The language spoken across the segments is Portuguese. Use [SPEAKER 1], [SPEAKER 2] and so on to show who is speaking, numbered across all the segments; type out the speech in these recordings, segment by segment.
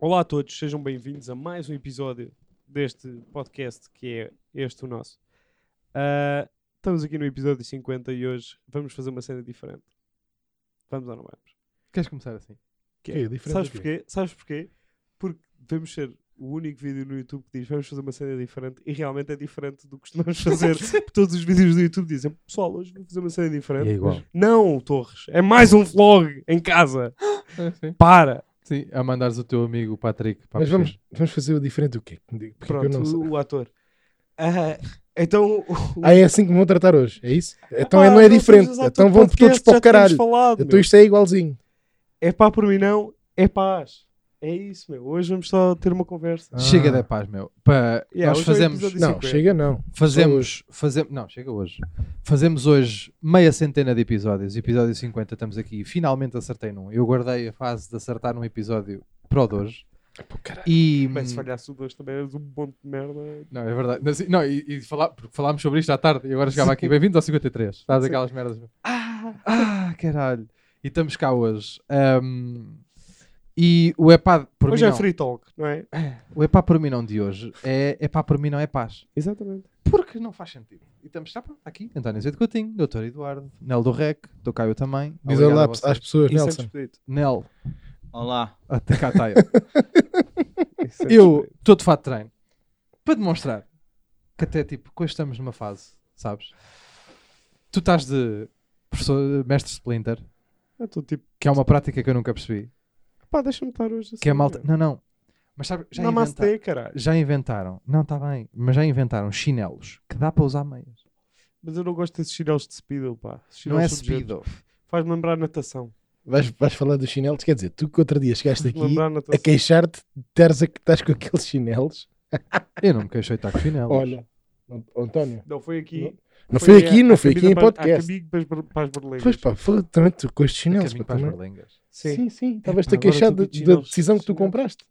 [SPEAKER 1] Olá a todos, sejam bem-vindos a mais um episódio deste podcast que é este o nosso. Ah, estamos aqui no episódio 50 e hoje vamos fazer uma cena diferente. Vamos ou não vamos?
[SPEAKER 2] Queres começar assim?
[SPEAKER 1] Que é?
[SPEAKER 3] Quê? Diferente
[SPEAKER 1] Sabes
[SPEAKER 3] do quê?
[SPEAKER 1] porquê? Sabes porquê? Porque devemos ser o único vídeo no YouTube que diz vamos fazer uma cena diferente e realmente é diferente do que costumamos fazer. Porque Todos os vídeos do YouTube dizem pessoal, hoje vamos fazer uma cena diferente.
[SPEAKER 3] É igual.
[SPEAKER 1] Não, Torres, é mais um vlog em casa.
[SPEAKER 2] É,
[SPEAKER 3] Ah,
[SPEAKER 2] sim.
[SPEAKER 1] Para!
[SPEAKER 2] Sim, a mandares o teu amigo Patrick para
[SPEAKER 3] Mas
[SPEAKER 2] mexer.
[SPEAKER 3] vamos, vamos fazer o diferente o quê? Que me diga, Porque é que eu
[SPEAKER 1] Pronto,
[SPEAKER 3] não sei.
[SPEAKER 1] o, o ator. Ah, então,
[SPEAKER 3] Ah, é assim que me vão tratar hoje, é isso? Então
[SPEAKER 1] Epá,
[SPEAKER 3] não é
[SPEAKER 1] nós
[SPEAKER 3] diferente,
[SPEAKER 1] estamos a usar
[SPEAKER 3] então
[SPEAKER 1] todo
[SPEAKER 3] vão
[SPEAKER 1] podcast,
[SPEAKER 3] todos
[SPEAKER 1] já
[SPEAKER 3] para o
[SPEAKER 1] tínhamos
[SPEAKER 3] caralho.
[SPEAKER 1] falado,
[SPEAKER 3] Então
[SPEAKER 1] meu.
[SPEAKER 3] isto é igualzinho.
[SPEAKER 1] É pá, por mim não, é paz. É isso, meu. Hoje vamos só ter uma conversa.
[SPEAKER 2] Chega
[SPEAKER 3] Ah.
[SPEAKER 2] da paz, meu. Pa-
[SPEAKER 1] Yeah,
[SPEAKER 2] nós
[SPEAKER 1] hoje é um
[SPEAKER 2] fazemos,
[SPEAKER 1] episódio
[SPEAKER 3] Não,
[SPEAKER 1] 50.
[SPEAKER 3] chega não.
[SPEAKER 2] fazemos, fazemos, não, chega hoje. Fazemos hoje meia centena de episódios. Episódio 50 estamos aqui. Finalmente acertei num. Eu guardei a fase de acertar num episódio para o de hoje.
[SPEAKER 3] Pô, caralho.
[SPEAKER 2] E
[SPEAKER 1] Bem, se falhasse o 2 também eras um monte de merda.
[SPEAKER 2] não, é verdade. Não, sim, não, e, e falar- porque falámos sobre isto à tarde e agora chegava aqui. Bem-vindos ao 53. Estás aquelas merdas. Ah, ah, caralho. E estamos cá hoje. Ahm, e o epá por
[SPEAKER 1] Hoje
[SPEAKER 2] mim
[SPEAKER 1] é
[SPEAKER 2] não.
[SPEAKER 1] free talk, não é?
[SPEAKER 2] O epá por mim não de hoje é epá por mim não é paz.
[SPEAKER 1] Exatamente.
[SPEAKER 2] Porque não faz sentido. E estamos está pronto, está aqui. António Zé de Coutinho, Doutor Eduardo, Nel do Rec, do Caio também.
[SPEAKER 3] Diz
[SPEAKER 2] Obrigado
[SPEAKER 3] olá
[SPEAKER 2] a
[SPEAKER 3] às
[SPEAKER 2] vocês.
[SPEAKER 3] pessoas,
[SPEAKER 1] Isso é
[SPEAKER 3] Nelson.
[SPEAKER 1] despedido.
[SPEAKER 2] Nel,
[SPEAKER 4] Olá.
[SPEAKER 2] até cá está eu.
[SPEAKER 1] Isso é
[SPEAKER 2] Eu
[SPEAKER 1] despedido.
[SPEAKER 2] estou de fato de treino. Para demonstrar que até tipo, que hoje estamos numa fase, sabes? Tu estás de professor, mestre Splinter,
[SPEAKER 1] Eu estou tipo,
[SPEAKER 2] que é uma prática que eu nunca percebi.
[SPEAKER 1] pá, deixa-me estar hoje.
[SPEAKER 2] Que é malta. Não, não. Mas sabe,
[SPEAKER 1] Já
[SPEAKER 2] já,
[SPEAKER 1] Namastê,
[SPEAKER 2] inventa-
[SPEAKER 1] caralho.
[SPEAKER 2] já inventaram. Não, está bem. Mas já inventaram chinelos que dá para usar meias.
[SPEAKER 1] Mas eu não gosto desses chinelos de speedo, pá. Esses
[SPEAKER 2] Não é
[SPEAKER 1] chinelos sujeitos.
[SPEAKER 2] speedo.
[SPEAKER 1] Faz-me lembrar natação.
[SPEAKER 3] Vais, vais falar dos chinelos, quer dizer, tu que outro dia chegaste
[SPEAKER 1] Faz-me
[SPEAKER 3] aqui
[SPEAKER 1] lembrar
[SPEAKER 3] a
[SPEAKER 1] natação.
[SPEAKER 3] queixar-te de teres a que estás com aqueles chinelos.
[SPEAKER 2] Eu não me queixei de estar com chinelos.
[SPEAKER 3] Olha, Ó- António,
[SPEAKER 1] Não foi aqui.
[SPEAKER 3] não foi aqui,
[SPEAKER 1] a-
[SPEAKER 3] não
[SPEAKER 1] a
[SPEAKER 3] foi aqui em
[SPEAKER 1] caminho para- é a
[SPEAKER 3] podcast.
[SPEAKER 1] caminho para as ber- para as berlengas.
[SPEAKER 3] Pois pá, foda-se, também tu com estes
[SPEAKER 2] A
[SPEAKER 3] chinelos.
[SPEAKER 2] caminho para
[SPEAKER 3] pá,
[SPEAKER 2] as
[SPEAKER 3] também.
[SPEAKER 2] berlengas.
[SPEAKER 1] Sim.
[SPEAKER 3] Sim, sim, estavas-te a
[SPEAKER 1] Agora
[SPEAKER 3] queixar
[SPEAKER 1] estou
[SPEAKER 3] da
[SPEAKER 1] com
[SPEAKER 3] da
[SPEAKER 1] chinelos.
[SPEAKER 3] decisão que tu
[SPEAKER 1] Sim.
[SPEAKER 3] compraste.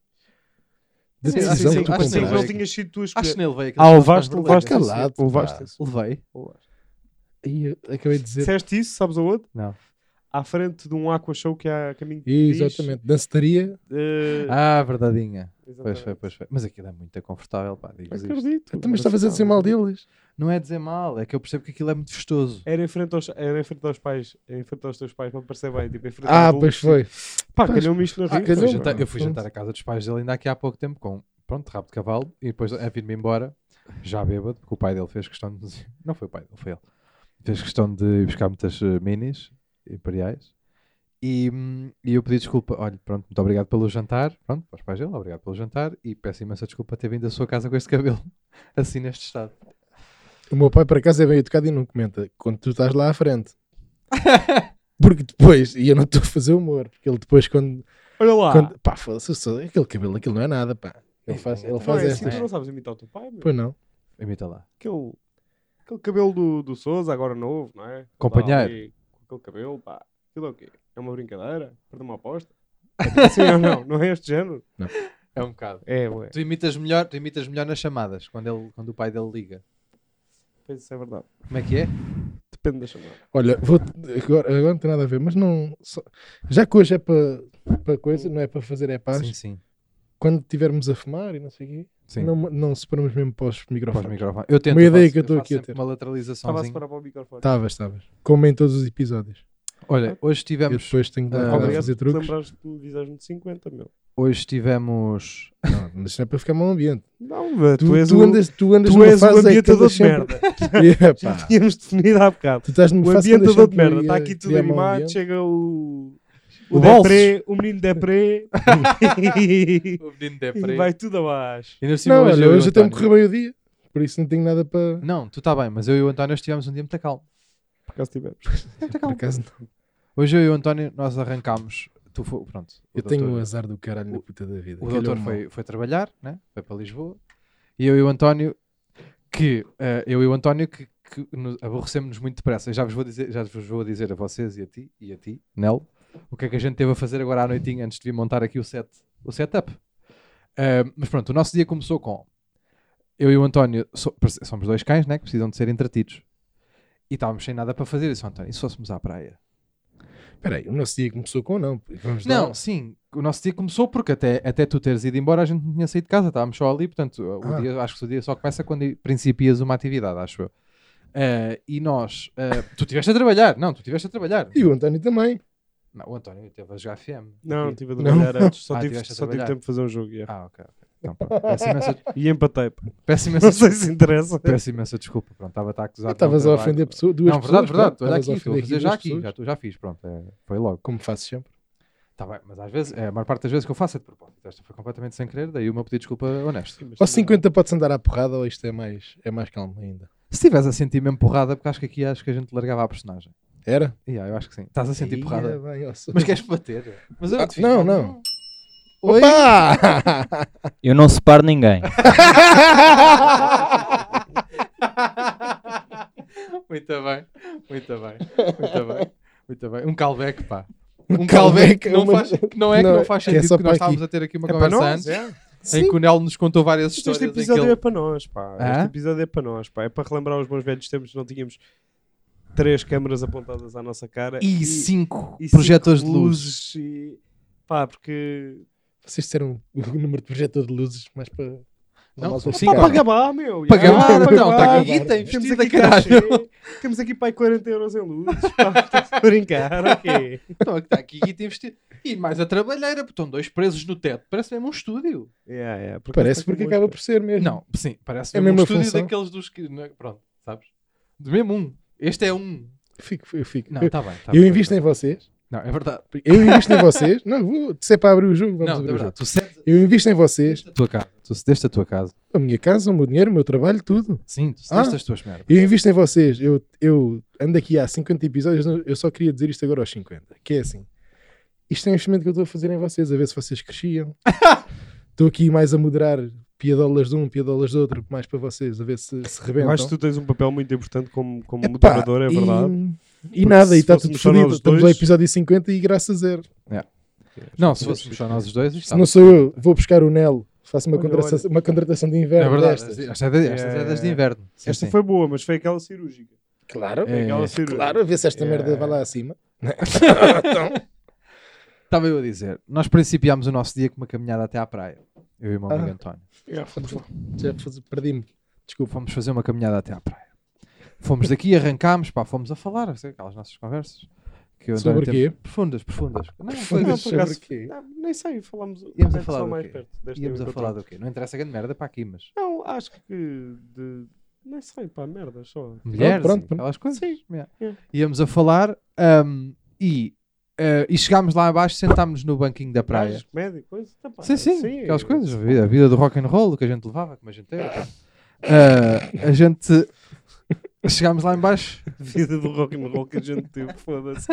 [SPEAKER 3] Da
[SPEAKER 2] Sim,
[SPEAKER 1] Sim,
[SPEAKER 3] decisão
[SPEAKER 1] sim,
[SPEAKER 3] que tu
[SPEAKER 1] acho que sim,
[SPEAKER 3] compraste.
[SPEAKER 1] não tinhas sido tu a
[SPEAKER 2] Acho
[SPEAKER 1] escolher.
[SPEAKER 2] que nem levei aquele
[SPEAKER 1] Ah, levaste, levaste.
[SPEAKER 3] Calado,
[SPEAKER 1] esse,
[SPEAKER 3] pá.
[SPEAKER 1] Levaste. esse.
[SPEAKER 2] Levei.
[SPEAKER 1] Levaste.
[SPEAKER 3] Ih, eu Acabei de dizer.
[SPEAKER 1] Disseste isso, sabes aonde?
[SPEAKER 2] Não.
[SPEAKER 1] À frente de um aqua show que há a caminho de Peniche,
[SPEAKER 3] Exatamente, danceria.
[SPEAKER 1] eh,
[SPEAKER 2] Ah, verdadinha. Pois
[SPEAKER 1] exatamente.
[SPEAKER 2] foi, pois foi. Mas aquilo é muito confortável, pá. digo-vos isto.
[SPEAKER 1] Acredito.
[SPEAKER 3] Então, mas estavas a
[SPEAKER 1] tá
[SPEAKER 3] dizer mal deles.
[SPEAKER 2] Não é dizer mal, é que eu percebo que aquilo é muito festoso.
[SPEAKER 1] Era em frente aos, era em frente aos pais, em frente aos teus pais, para me parecer bem. Tipo, em frente
[SPEAKER 3] Ah,
[SPEAKER 1] aos
[SPEAKER 3] pois
[SPEAKER 1] adultos.
[SPEAKER 3] foi.
[SPEAKER 1] Pá,
[SPEAKER 3] Pois.
[SPEAKER 1] calhou-me isto na
[SPEAKER 3] Ah,
[SPEAKER 1] vida.
[SPEAKER 2] Eu fui,
[SPEAKER 3] calhou.
[SPEAKER 1] Pois,
[SPEAKER 2] jantar,
[SPEAKER 1] pá.
[SPEAKER 2] eu fui jantar à casa dos pais dele ainda aqui há pouco tempo com, pronto, rabo de cavalo e depois a vir-me embora, já bêbado, porque o pai dele fez questão de. Não foi o pai dele, foi ele. Fez questão de ir buscar muitas eh, minis imperiais e, hum, e eu pedi desculpa. Olha, pronto, muito obrigado pelo jantar. Pronto, aos pais dele, obrigado pelo jantar e peço imensa desculpa ter vindo à sua casa com este cabelo assim neste estado.
[SPEAKER 3] O meu pai, por acaso, é bem educado e não comenta quando tu estás lá à frente. Porque depois, e eu não estou a fazer humor, porque ele depois, quando.
[SPEAKER 1] Olha lá. é
[SPEAKER 3] quando pá, foda-se, eu sou- aquele cabelo, aquilo não é nada, pá. Ele faz, ele
[SPEAKER 2] Não
[SPEAKER 1] não,
[SPEAKER 3] faz
[SPEAKER 1] é
[SPEAKER 2] fazes
[SPEAKER 1] assim,
[SPEAKER 3] esta.
[SPEAKER 1] tu não sabes imitar o teu pai, meu.
[SPEAKER 3] Pois não.
[SPEAKER 2] Imita lá.
[SPEAKER 1] Aquele, aquele cabelo do, do Souza, agora novo, não é?
[SPEAKER 2] Companheiro.
[SPEAKER 1] Tá ali, Com aquele cabelo, pá. Aquilo é o quê? É uma brincadeira? Perdeu uma aposta? É tipo assim ou não? Não é este género?
[SPEAKER 2] É um bocado.
[SPEAKER 1] É, ué.
[SPEAKER 2] Tu imitas melhor, tu imitas melhor nas chamadas, quando, ele, quando o pai dele liga.
[SPEAKER 1] Pois isso é verdade.
[SPEAKER 2] Como é que é?
[SPEAKER 1] Depende da chamada.
[SPEAKER 3] Olha, vou agora, agora não tem nada a ver, mas não. só- já que hoje é para para coisa, não é para fazer, é paz.
[SPEAKER 2] Sim, sim.
[SPEAKER 3] Quando estivermos a fumar e não sei o quê,
[SPEAKER 2] Sim.
[SPEAKER 3] não, não separamos mesmo para os
[SPEAKER 2] Pós
[SPEAKER 3] microfones.
[SPEAKER 2] microfone. Eu tento.
[SPEAKER 3] Uma
[SPEAKER 2] eu
[SPEAKER 3] ideia
[SPEAKER 2] faço-
[SPEAKER 3] que eu estou
[SPEAKER 2] faço
[SPEAKER 3] aqui a
[SPEAKER 2] sempre
[SPEAKER 3] ter.
[SPEAKER 2] Uma
[SPEAKER 1] Estava a
[SPEAKER 2] lateralizações.
[SPEAKER 1] separar para o microfone.
[SPEAKER 3] Estavas, estavas. Como em todos os episódios.
[SPEAKER 2] Olha, hoje
[SPEAKER 3] Eu
[SPEAKER 2] tivemos.
[SPEAKER 3] depois tenho de
[SPEAKER 2] Ah,
[SPEAKER 3] andar a
[SPEAKER 1] Obrigado
[SPEAKER 3] Tá. fazer
[SPEAKER 1] por
[SPEAKER 3] truques.
[SPEAKER 1] lembrares que me dizes-me de 50, meu.
[SPEAKER 2] Hoje tivemos.
[SPEAKER 3] Não, mas isto não é para ficar mal ambiente.
[SPEAKER 1] Não, meu,
[SPEAKER 3] Tu,
[SPEAKER 1] tu, és
[SPEAKER 3] tu
[SPEAKER 1] o,
[SPEAKER 3] andas, tu andas
[SPEAKER 1] tu
[SPEAKER 3] numa
[SPEAKER 1] és o
[SPEAKER 3] fase em que
[SPEAKER 1] ambientador
[SPEAKER 3] andas
[SPEAKER 1] de
[SPEAKER 3] sempre-
[SPEAKER 1] merda.
[SPEAKER 3] Epá,
[SPEAKER 1] Já tínhamos definido há bocado.
[SPEAKER 3] tu estás numa
[SPEAKER 1] O
[SPEAKER 3] fase que andas
[SPEAKER 1] ambientador de
[SPEAKER 3] sempre
[SPEAKER 1] merda.
[SPEAKER 3] a-
[SPEAKER 1] Está aqui tudo
[SPEAKER 3] criar mau
[SPEAKER 1] animado,
[SPEAKER 3] ambiente.
[SPEAKER 1] chega o...
[SPEAKER 2] O
[SPEAKER 1] O,
[SPEAKER 2] Bolsos.
[SPEAKER 1] Depré, o menino Depré. e
[SPEAKER 2] O menino de
[SPEAKER 1] vai tudo abaixo.
[SPEAKER 3] Não, olha, hoje até me correu bem o dia. Por isso não tenho nada para.
[SPEAKER 2] Não, tu está bem, mas eu e o António hoje tivemos um dia muito calmo.
[SPEAKER 1] Por acaso tivemos.
[SPEAKER 3] Por acaso não.
[SPEAKER 2] Hoje eu e o António nós arrancámos. Tu foi, pronto. o
[SPEAKER 3] Eu tenho
[SPEAKER 2] doutor-
[SPEAKER 3] um azar do caralho na puta da vida.
[SPEAKER 2] O
[SPEAKER 3] Calhou-me
[SPEAKER 2] doutor
[SPEAKER 3] mal.
[SPEAKER 2] foi, foi trabalhar, né? foi para Lisboa, e eu e o António, que eh, eu e o António que, que nos- aborrecemos-nos muito depressa. Eu Já vos vou dizer, já vos vou dizer a vocês e a ti e a ti, Nel, o que é que a gente teve a fazer agora à noitinha antes de vir montar aqui o set, o setup. Eh, mas pronto, o nosso dia começou com eu e o António so- parece- somos dois cães, né? Que precisam de ser entretidos. E estávamos sem nada para fazer. Eu disse, ao António, e se fôssemos à praia?
[SPEAKER 3] Espera aí, o nosso dia começou com não. Vamos lá.
[SPEAKER 2] Não, é? sim, o nosso dia começou porque até, até tu teres ido embora a gente não tinha saído de casa, estávamos só ali, portanto, o
[SPEAKER 3] Ah.
[SPEAKER 2] dia, acho que o dia só começa quando principias uma atividade, acho eu. Eh, e nós, eh, tu estiveste a trabalhar, não, tu estiveste a trabalhar.
[SPEAKER 3] E o António também.
[SPEAKER 2] Não, o António esteve a jogar FM.
[SPEAKER 1] Não, não
[SPEAKER 2] Ok.
[SPEAKER 1] estive a
[SPEAKER 3] Não.
[SPEAKER 1] trabalhar antes. Só,
[SPEAKER 2] Ah,
[SPEAKER 1] tive,
[SPEAKER 2] tiveste a
[SPEAKER 1] só tive
[SPEAKER 2] trabalhar.
[SPEAKER 1] tempo de fazer um jogo. yeah.
[SPEAKER 2] Ah, ok. ok. Então, pronto, peço imensa,
[SPEAKER 1] E empatei. pá.
[SPEAKER 2] peço
[SPEAKER 1] Não
[SPEAKER 2] imensa,
[SPEAKER 1] sei se interessa.
[SPEAKER 2] peço imensa desculpa, pronto, estava a acusar. de não
[SPEAKER 3] Estavas a
[SPEAKER 2] trabalho.
[SPEAKER 3] ofender pessoas, duas
[SPEAKER 2] Não,
[SPEAKER 3] pessoas.
[SPEAKER 2] verdade, verdade,
[SPEAKER 3] pronto,
[SPEAKER 2] olha
[SPEAKER 3] estavas a
[SPEAKER 2] aqui, estou a
[SPEAKER 3] ofender
[SPEAKER 2] fazer já
[SPEAKER 3] duas
[SPEAKER 2] aqui,
[SPEAKER 3] pessoas,
[SPEAKER 2] já, tu já fiz, pronto, eh, foi logo.
[SPEAKER 3] Como faço sempre.
[SPEAKER 2] Tá bem, mas às vezes, eh, a maior parte das vezes que eu faço é de propósito. Esta foi completamente sem querer, daí o meu pedido de desculpa honesto.
[SPEAKER 1] Mas
[SPEAKER 3] Ou
[SPEAKER 1] também-
[SPEAKER 3] 50 pode-se andar à porrada ou isto é mais, é mais calmo ainda.
[SPEAKER 2] Se estivesse a sentir mesmo porrada, porque acho que aqui acho que a gente largava a personagem.
[SPEAKER 3] Era?
[SPEAKER 2] E yeah, eu acho que sim. Estás a sentir
[SPEAKER 3] Ia
[SPEAKER 2] porrada.
[SPEAKER 3] é bem, ó, sou-
[SPEAKER 2] Mas queres bater? é, Mas eu
[SPEAKER 3] Ah,
[SPEAKER 2] te fiz
[SPEAKER 3] não,
[SPEAKER 2] mal
[SPEAKER 3] não.
[SPEAKER 2] nenhum.
[SPEAKER 3] Oi? Opa!
[SPEAKER 4] Eu não separo ninguém.
[SPEAKER 2] muito bem, muito bem, muito bem, muito bem. Um callback, pá. callback
[SPEAKER 3] Um callback,
[SPEAKER 2] que não,
[SPEAKER 3] uma-
[SPEAKER 2] faz, que não é que
[SPEAKER 3] não,
[SPEAKER 2] não faz
[SPEAKER 3] que é
[SPEAKER 2] sentido,
[SPEAKER 3] só
[SPEAKER 2] porque nós
[SPEAKER 3] para aqui.
[SPEAKER 2] estávamos a ter aqui
[SPEAKER 1] É
[SPEAKER 2] uma
[SPEAKER 1] para
[SPEAKER 2] conversa
[SPEAKER 1] nós.
[SPEAKER 2] antes,
[SPEAKER 1] é.
[SPEAKER 2] em
[SPEAKER 3] Sim.
[SPEAKER 2] que o Nel nos contou várias
[SPEAKER 1] Este,
[SPEAKER 2] histórias
[SPEAKER 1] este
[SPEAKER 2] em que
[SPEAKER 1] episódio
[SPEAKER 2] ele-
[SPEAKER 1] é para nós, pá.
[SPEAKER 2] Hã?
[SPEAKER 1] Este episódio é para nós, pá. É para relembrar os bons velhos tempos que não tínhamos três câmaras apontadas à nossa cara
[SPEAKER 3] é-
[SPEAKER 2] E cinco
[SPEAKER 1] e cinco
[SPEAKER 2] projetores de luz.
[SPEAKER 1] luzes e... Pá, porque...
[SPEAKER 3] Vocês disseram o número de projetor de luzes, mas para. um
[SPEAKER 2] Não,
[SPEAKER 3] Mas o
[SPEAKER 2] sim,
[SPEAKER 1] Pá,
[SPEAKER 3] Cara.
[SPEAKER 1] para acabar, meu!
[SPEAKER 2] Para
[SPEAKER 1] já,
[SPEAKER 2] acabar,
[SPEAKER 1] para
[SPEAKER 2] não, está
[SPEAKER 1] acabar.
[SPEAKER 2] aqui, tem
[SPEAKER 1] Temos
[SPEAKER 2] vestido da
[SPEAKER 1] aqui
[SPEAKER 2] caralho.
[SPEAKER 1] cachê, Temos aqui pai 40 euros em luzes, pá. Estás a brincar, ok.
[SPEAKER 2] Então, é que está aqui e tem vestido. E mais a trabalheira, porque estão dois presos no teto. Parece mesmo um estúdio.
[SPEAKER 1] Yeah, yeah, porque
[SPEAKER 3] Parece
[SPEAKER 1] isto
[SPEAKER 3] porque
[SPEAKER 1] é
[SPEAKER 3] acaba
[SPEAKER 1] muito-
[SPEAKER 3] por ser mesmo.
[SPEAKER 2] um. Não, sim, parece
[SPEAKER 3] É
[SPEAKER 2] mesmo um
[SPEAKER 3] mesmo a
[SPEAKER 2] estúdio
[SPEAKER 3] função.
[SPEAKER 2] daqueles dos que. não é- Pronto, sabes? De mesmo um. Este é um.
[SPEAKER 3] Eu Fico, eu fico.
[SPEAKER 2] Não,
[SPEAKER 3] eu,
[SPEAKER 2] está bem. tá
[SPEAKER 3] eu
[SPEAKER 2] bem,
[SPEAKER 3] invisto
[SPEAKER 2] tá
[SPEAKER 3] em
[SPEAKER 2] bem.
[SPEAKER 3] vocês.
[SPEAKER 2] Não, é verdade.
[SPEAKER 3] Eu invisto em vocês. Não, vou. Se é para abrir o jogo, vamos
[SPEAKER 2] não, é
[SPEAKER 3] abrir o
[SPEAKER 2] verdade.
[SPEAKER 3] jogo.
[SPEAKER 2] Tu cedes
[SPEAKER 3] Eu invisto em vocês.
[SPEAKER 2] a tua casa. Tu cedeste a tua casa.
[SPEAKER 3] A minha casa, o meu dinheiro, o meu trabalho, tudo.
[SPEAKER 2] Sim, tu cedeste
[SPEAKER 3] Ah.
[SPEAKER 2] as tuas merdas.
[SPEAKER 3] Eu invisto em vocês. Eu, eu ando aqui há 50 episódios. não- Eu só queria dizer isto agora aos 50. Que é assim. Isto é um investimento que eu estou a fazer em vocês, a ver se vocês cresciam. Estou aqui mais a moderar piadolas de um, piadolas do outro, mais para vocês, a ver se, se
[SPEAKER 1] Eu
[SPEAKER 3] rebentam.
[SPEAKER 1] acho que tu tens um papel muito importante como, como
[SPEAKER 3] Epá,
[SPEAKER 1] moderador, é
[SPEAKER 3] e-
[SPEAKER 1] verdade.
[SPEAKER 3] E,
[SPEAKER 1] Porque
[SPEAKER 3] nada, e
[SPEAKER 1] se
[SPEAKER 3] está tudo
[SPEAKER 1] fôssemos só
[SPEAKER 3] fodido.
[SPEAKER 1] nós
[SPEAKER 3] Estamos no
[SPEAKER 1] dois-
[SPEAKER 3] episódio 50 e graça zero.
[SPEAKER 2] Não, se fôssemos só nós os dois, isto tá
[SPEAKER 3] Se não
[SPEAKER 2] estava-
[SPEAKER 3] sou eu, vou buscar o Nelo, faço uma,
[SPEAKER 1] Olha,
[SPEAKER 3] contratação, uma contratação de
[SPEAKER 2] É
[SPEAKER 3] inverno.
[SPEAKER 2] verdade.
[SPEAKER 3] destas.
[SPEAKER 2] Esta é, de- estas é
[SPEAKER 1] Yeah.
[SPEAKER 2] das de inverno. Sim,
[SPEAKER 1] Esta
[SPEAKER 2] sim.
[SPEAKER 1] foi boa, mas foi aquela cirúrgica.
[SPEAKER 3] Claro,
[SPEAKER 2] É,
[SPEAKER 1] Aquela cirúrgica.
[SPEAKER 3] claro, a ver se esta
[SPEAKER 1] É.
[SPEAKER 3] merda vai lá acima.
[SPEAKER 2] Estava eu a dizer. Nós principiámos o nosso dia com uma caminhada até à praia. Eu e o meu amigo
[SPEAKER 3] Ah.
[SPEAKER 2] António.
[SPEAKER 3] Já, fomos lá. Já faz- perdi-me. Desculpa.
[SPEAKER 2] Fomos fazer uma caminhada até à praia. Fomos daqui, arrancámos, pá, fomos a falar, assim, aquelas nossas conversas. Que eu
[SPEAKER 3] Sobre
[SPEAKER 2] António teve-
[SPEAKER 3] quê?
[SPEAKER 2] Profundas, profundas. Não,
[SPEAKER 3] Mas
[SPEAKER 1] Não,
[SPEAKER 2] coisas.
[SPEAKER 1] por
[SPEAKER 3] sobre
[SPEAKER 1] acaso,
[SPEAKER 3] quê?
[SPEAKER 1] não, Ah, nem sei, falámos
[SPEAKER 2] Íamos a
[SPEAKER 1] só
[SPEAKER 2] falar do
[SPEAKER 1] mais
[SPEAKER 2] quê?
[SPEAKER 1] perto. deste
[SPEAKER 2] Íamos a
[SPEAKER 1] encontro.
[SPEAKER 2] falar do quê? Não interessa grande merda é para aqui, mas.
[SPEAKER 1] Não, acho que de... Nem sei, pá, merda, só.
[SPEAKER 2] Mulheres,
[SPEAKER 3] pronto,
[SPEAKER 2] e
[SPEAKER 3] pronto.
[SPEAKER 2] aquelas coisas. Yeah.
[SPEAKER 1] Yeah.
[SPEAKER 2] Íamos a falar ahm, e, ah, e chegámos lá abaixo, sentámos-nos no banquinho da praia.
[SPEAKER 1] Gajos, comédia, coisa. tá, pá,
[SPEAKER 2] Sim, sim, aquelas coisas. A vida, a vida do rock and roll, o que a gente levava, como a gente era. pá. Ah, a gente. Chegámos lá embaixo.
[SPEAKER 1] Vida do rock and roll que a gente teve, foda-se.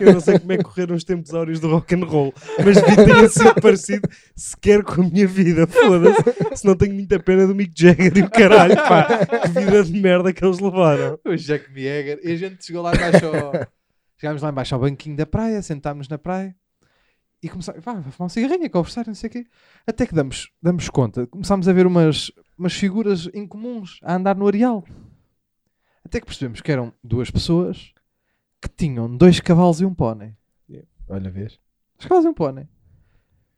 [SPEAKER 1] Eu não sei como é que correram os tempos áureos do rock and roll, mas vi ter sido parecido sequer com a minha vida, foda-se. Se não tenho muita pena do Mick Jagger e o caralho, pá, que vida de merda que eles levaram.
[SPEAKER 2] O Jack Mieger. E a gente chegou lá embaixo ao... Chegámos lá embaixo ao banquinho da praia, sentámos na praia e começámos pá, a fumar um cigarrinho, a conversar, não sei o quê. Até que damos, damos conta. Começámos a ver umas, umas figuras incomuns a andar no areal. Até que percebemos que eram duas pessoas que tinham dois cavalos e um pónei.
[SPEAKER 3] Olha, vês?
[SPEAKER 2] Os cavalos e um pónei.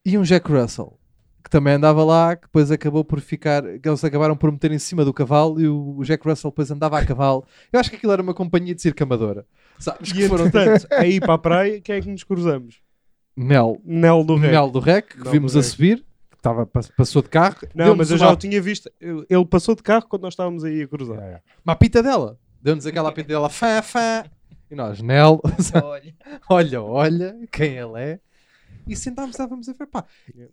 [SPEAKER 2] E um Jack Russell, que também andava lá, que depois acabou por ficar. que Eles acabaram por meter em cima do cavalo e o o Jack Russell depois andava a cavalo. Eu acho que aquilo era uma companhia de circo amadora. Sabes?
[SPEAKER 1] E
[SPEAKER 2] Que foram
[SPEAKER 1] entretanto, aí para a praia, quem é que nos cruzamos?
[SPEAKER 2] Nel,
[SPEAKER 1] Nel do Rei.
[SPEAKER 2] Nel do Rec, que
[SPEAKER 1] Nel do
[SPEAKER 2] vimos a
[SPEAKER 1] Rec.
[SPEAKER 2] subir, que estava, pass- passou de carro.
[SPEAKER 1] Não,
[SPEAKER 2] deu-nos
[SPEAKER 1] mas eu
[SPEAKER 2] uma,
[SPEAKER 1] já o tinha visto. Eu- Ele passou de carro quando nós estávamos aí a cruzar.
[SPEAKER 2] Uma pita dela. Deu-nos aquela pita dela, fã, fã. E nós, Nel,
[SPEAKER 4] Olha.
[SPEAKER 2] olha, olha quem ele é. E sentámos, estávamos a ver, pá.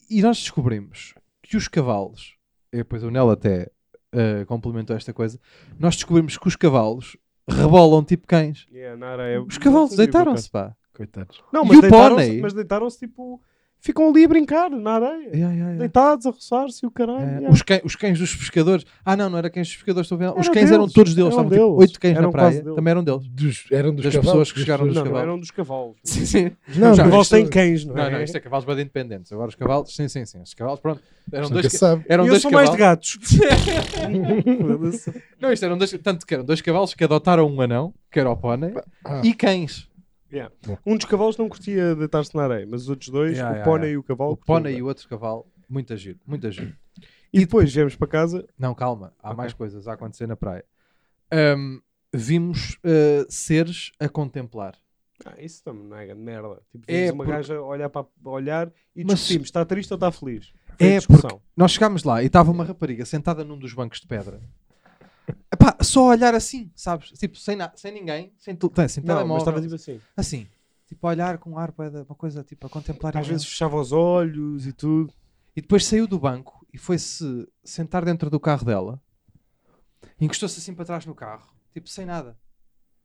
[SPEAKER 2] E nós descobrimos que os cavalos, e depois o Nel até eh, complementou esta coisa, nós descobrimos que os cavalos rebolam tipo cães.
[SPEAKER 1] Yeah, na areia.
[SPEAKER 2] Os cavalos
[SPEAKER 1] Não sabia, por acaso.
[SPEAKER 2] deitaram-se, pá.
[SPEAKER 3] Coitados.
[SPEAKER 1] Não,
[SPEAKER 2] E
[SPEAKER 1] mas
[SPEAKER 2] o
[SPEAKER 1] deitaram-se,
[SPEAKER 2] pónei?
[SPEAKER 1] mas deitaram-se tipo. Ficam ali a brincar na areia.
[SPEAKER 2] Ya, ya, ya.
[SPEAKER 1] Deitados a roçar-se e o
[SPEAKER 2] Eh,
[SPEAKER 1] caralho. yeah.
[SPEAKER 2] os, cães, os cães dos pescadores. Ah, não, não era cães dos pescadores. Estou a ver. Os
[SPEAKER 1] Eram
[SPEAKER 2] cães eram
[SPEAKER 1] deles,
[SPEAKER 2] todos deles.
[SPEAKER 1] eram
[SPEAKER 2] Estavam tipo
[SPEAKER 1] deles,
[SPEAKER 2] oito cães na
[SPEAKER 1] eram quase
[SPEAKER 2] praia.
[SPEAKER 1] deles.
[SPEAKER 2] Também eram deles.
[SPEAKER 3] Dos, eram dos
[SPEAKER 2] Das
[SPEAKER 3] cavalos,
[SPEAKER 2] pessoas que chegaram
[SPEAKER 1] Não,
[SPEAKER 2] dos
[SPEAKER 1] não,
[SPEAKER 2] cavalos.
[SPEAKER 1] eram dos cavalos.
[SPEAKER 2] Sim, sim. Já
[SPEAKER 3] Não,
[SPEAKER 1] Os
[SPEAKER 3] não,
[SPEAKER 1] cavalos
[SPEAKER 2] viste?
[SPEAKER 1] têm cães, não é?
[SPEAKER 2] Não, não, isto é cavalos bem independentes. Agora os cavalos, sim, sim, sim. Os cavalos, pronto. Eram
[SPEAKER 3] nunca
[SPEAKER 2] dois,
[SPEAKER 3] se
[SPEAKER 2] ca-
[SPEAKER 3] sabe.
[SPEAKER 2] eram
[SPEAKER 1] Eu
[SPEAKER 2] dois
[SPEAKER 1] sou
[SPEAKER 2] cavalos.
[SPEAKER 1] mais de gatos. Foda-se.
[SPEAKER 2] Não, isto eram dois, tanto que eram dois cavalos que adotaram um anão, que era o pônei,
[SPEAKER 3] Ah.
[SPEAKER 2] e cães.
[SPEAKER 1] Yeah.
[SPEAKER 3] Bom.
[SPEAKER 1] Um dos cavalos não curtia deitar-se na areia, mas os outros dois,
[SPEAKER 2] Yeah,
[SPEAKER 1] o
[SPEAKER 2] yeah,
[SPEAKER 1] Pona
[SPEAKER 2] yeah.
[SPEAKER 1] e o cavalo.
[SPEAKER 2] O
[SPEAKER 1] curtiam
[SPEAKER 2] Pona
[SPEAKER 1] bué.
[SPEAKER 2] e o outro cavalo, muito giro, muito giro.
[SPEAKER 1] E depois viemos para casa.
[SPEAKER 2] Não, calma, há
[SPEAKER 1] Ok.
[SPEAKER 2] mais coisas a acontecer na praia. Ahm, vimos ah, seres a contemplar.
[SPEAKER 1] Ah, isso também não é grande merda. Tipo,
[SPEAKER 2] É,
[SPEAKER 1] vimos uma
[SPEAKER 2] porque-
[SPEAKER 1] gaja olhar para olhar e
[SPEAKER 2] Mas-
[SPEAKER 1] discutimos, está triste ou está feliz?
[SPEAKER 2] É,
[SPEAKER 1] a discussão.
[SPEAKER 2] Nós chegámos lá e estava uma rapariga sentada num dos bancos de pedra. Epá, só a olhar assim, sabes? Tipo, sem, na- sem ninguém, sem, tel- sem
[SPEAKER 1] Não, mas
[SPEAKER 2] telemóvel.
[SPEAKER 1] estava tipo assim.
[SPEAKER 2] Assim, tipo, a olhar com um ar, bué da- uma coisa tipo a contemplar.
[SPEAKER 1] Às
[SPEAKER 2] em
[SPEAKER 1] vezes fechava os olhos e tudo.
[SPEAKER 2] E depois saiu do banco e foi-se sentar dentro do carro dela. E Encostou-se assim para trás no carro, tipo sem nada.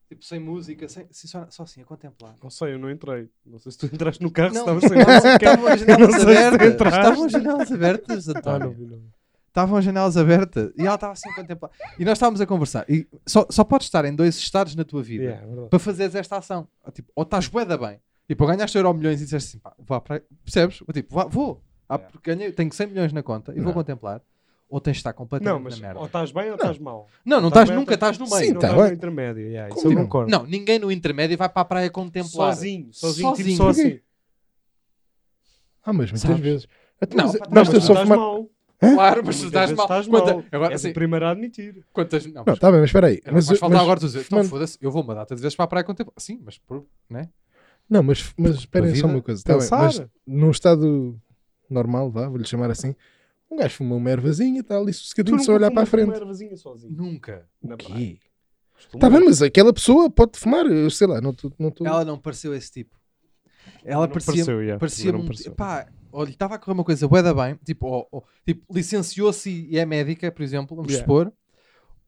[SPEAKER 2] Tipo sem música, sem, assim, só, só assim a contemplar.
[SPEAKER 1] Não sei, eu não entrei. Não sei se tu entraste no carro, se
[SPEAKER 2] Não.
[SPEAKER 1] estava sem nada. quer-
[SPEAKER 2] Estavam as janelas
[SPEAKER 1] não sei se
[SPEAKER 2] abertas.
[SPEAKER 1] entraste.
[SPEAKER 2] Estavam as janelas abertas,
[SPEAKER 1] Ah, não
[SPEAKER 2] António.
[SPEAKER 1] vi, não vi.
[SPEAKER 2] Estavam as janelas abertas e ela estava assim a contemplar. E nós estávamos a conversar. E só, só podes estar em dois estados na tua vida
[SPEAKER 1] Yeah, é verdade.
[SPEAKER 2] para fazeres esta ação. Ou, tipo, ou estás boeda bem. Tipo, ou ganhaste euro milhões e disseste assim, pá, vou à praia. Percebes? Ou, tipo, vá- vou. Ah,
[SPEAKER 4] Yeah.
[SPEAKER 2] porque ganhei, tenho 100 milhões na conta e vou
[SPEAKER 3] Não.
[SPEAKER 2] contemplar. Ou tens de estar completamente
[SPEAKER 1] Não, mas
[SPEAKER 2] na merda.
[SPEAKER 1] ou estás bem ou estás mal.
[SPEAKER 2] Não, não
[SPEAKER 1] Estás
[SPEAKER 2] estás
[SPEAKER 1] bem,
[SPEAKER 2] nunca,
[SPEAKER 1] estás-
[SPEAKER 2] estás no
[SPEAKER 3] Sim,
[SPEAKER 2] meio.
[SPEAKER 1] não
[SPEAKER 3] tá
[SPEAKER 1] estás
[SPEAKER 3] bem.
[SPEAKER 1] no intermédio. yeah, isso
[SPEAKER 3] Como
[SPEAKER 1] eu
[SPEAKER 3] não?
[SPEAKER 1] concordo.
[SPEAKER 2] Não, ninguém no intermédio vai para a praia contemplar.
[SPEAKER 1] Sozinho, sozinho,
[SPEAKER 2] Sozinho.
[SPEAKER 1] tipo só assim.
[SPEAKER 3] Ah, mas muitas
[SPEAKER 2] Sabes?
[SPEAKER 3] vezes. Até
[SPEAKER 2] Não,
[SPEAKER 3] mas-
[SPEAKER 2] pá,
[SPEAKER 3] não, mas
[SPEAKER 1] Mas tu
[SPEAKER 3] estou só a
[SPEAKER 1] estás
[SPEAKER 3] fumar-
[SPEAKER 1] mal.
[SPEAKER 2] Claro,
[SPEAKER 1] Muitas
[SPEAKER 2] mas tu
[SPEAKER 1] vezes
[SPEAKER 2] estás mal.
[SPEAKER 1] Estás mal. É
[SPEAKER 2] Quanta- Agora,
[SPEAKER 1] És
[SPEAKER 2] sim,
[SPEAKER 1] o primeiro a admitir.
[SPEAKER 2] quantas... Não,
[SPEAKER 3] Não,
[SPEAKER 2] mas...
[SPEAKER 3] está bem, mas espera aí.
[SPEAKER 2] Mas,
[SPEAKER 3] Mas,
[SPEAKER 2] mas falta
[SPEAKER 3] mas-
[SPEAKER 2] agora tu dizer, então
[SPEAKER 3] fumando-
[SPEAKER 2] foda-se, eu vou uma data de vezes para a praia contemplar. Sim, mas por, né?
[SPEAKER 3] Não, mas, mas esperem
[SPEAKER 2] Para a
[SPEAKER 3] só
[SPEAKER 2] vida,
[SPEAKER 3] uma coisa. Tá bem,
[SPEAKER 1] pensar.
[SPEAKER 3] mas num estado normal, vá, vou-lhe chamar assim, um gajo fuma uma ervazinha e está ali sossegadinho só a olhar para a frente.
[SPEAKER 1] sozinho.
[SPEAKER 2] Nunca.
[SPEAKER 1] Na praia.
[SPEAKER 3] Quê? Está bem, mas aquela pessoa pode fumar, eu sei lá, não estou. Não tô...
[SPEAKER 2] Ela não pareceu esse tipo. Ela parecia
[SPEAKER 1] yeah,
[SPEAKER 2] parecia
[SPEAKER 1] não
[SPEAKER 2] um
[SPEAKER 1] pareceu.
[SPEAKER 2] pá, olha, estava a correr uma coisa bué da bem, tipo, ou- ou- tipo licenciou-se e é médica, por exemplo, vamos
[SPEAKER 1] Yeah.
[SPEAKER 2] supor,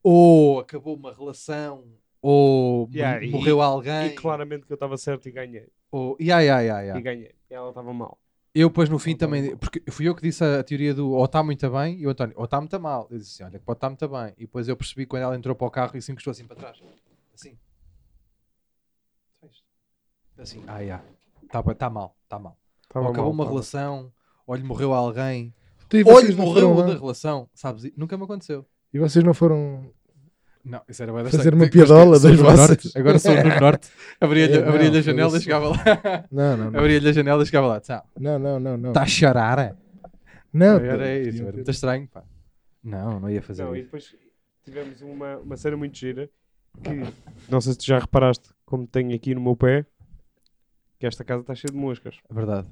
[SPEAKER 2] ou acabou uma relação, ou
[SPEAKER 1] Yeah,
[SPEAKER 2] mo-
[SPEAKER 1] e-
[SPEAKER 2] morreu alguém,
[SPEAKER 1] E claramente que eu estava certo e ganhei.
[SPEAKER 2] ou, yeah, yeah, yeah,
[SPEAKER 1] E
[SPEAKER 2] yeah.
[SPEAKER 1] ganhei. E ela estava mal.
[SPEAKER 2] Eu depois no fim
[SPEAKER 1] Não tá
[SPEAKER 2] também,
[SPEAKER 1] mal.
[SPEAKER 2] porque fui eu que disse a, a teoria do ou está muito bem, e o António, ou está muito mal, eu disse assim, olha, pode estar muito bem, e depois eu percebi quando ela entrou para o carro e se encostou assim para trás, assim, assim, ah, yeah. está tá mal, está mal.
[SPEAKER 1] Estava
[SPEAKER 2] ou acabou
[SPEAKER 1] mal,
[SPEAKER 2] uma
[SPEAKER 1] tava.
[SPEAKER 2] relação, ou lhe morreu alguém,
[SPEAKER 3] Então, e
[SPEAKER 2] ou
[SPEAKER 3] vocês
[SPEAKER 2] lhe
[SPEAKER 3] não
[SPEAKER 2] morreu
[SPEAKER 3] foram lá?
[SPEAKER 2] da relação, sabes? Nunca me aconteceu.
[SPEAKER 3] E vocês não foram.
[SPEAKER 2] Não, isso era bué da
[SPEAKER 3] Fazer
[SPEAKER 2] estranho.
[SPEAKER 3] uma
[SPEAKER 2] Mas que-
[SPEAKER 3] piadola
[SPEAKER 2] sou
[SPEAKER 3] das
[SPEAKER 2] no
[SPEAKER 3] vossas.
[SPEAKER 2] norte, Agora sou no norte. Abria-lhe
[SPEAKER 3] É, não,
[SPEAKER 2] abria-lhe a
[SPEAKER 3] foi
[SPEAKER 2] janela e
[SPEAKER 3] isso.
[SPEAKER 2] chegava lá.
[SPEAKER 3] Não, não, não.
[SPEAKER 2] Abria-lhe a janela e chegava lá. Está
[SPEAKER 3] Não, não, não. Não,
[SPEAKER 2] Tá a chorar? é?
[SPEAKER 3] não pô,
[SPEAKER 2] Era isso,
[SPEAKER 3] podiam
[SPEAKER 2] era
[SPEAKER 3] ter-
[SPEAKER 2] muito estranho, pá. Não, não ia fazer
[SPEAKER 1] Não, e
[SPEAKER 2] isso.
[SPEAKER 1] depois tivemos uma, uma cena muito gira que não sei se tu já reparaste como tenho aqui no meu pé que esta casa está cheia de moscas.
[SPEAKER 2] É verdade.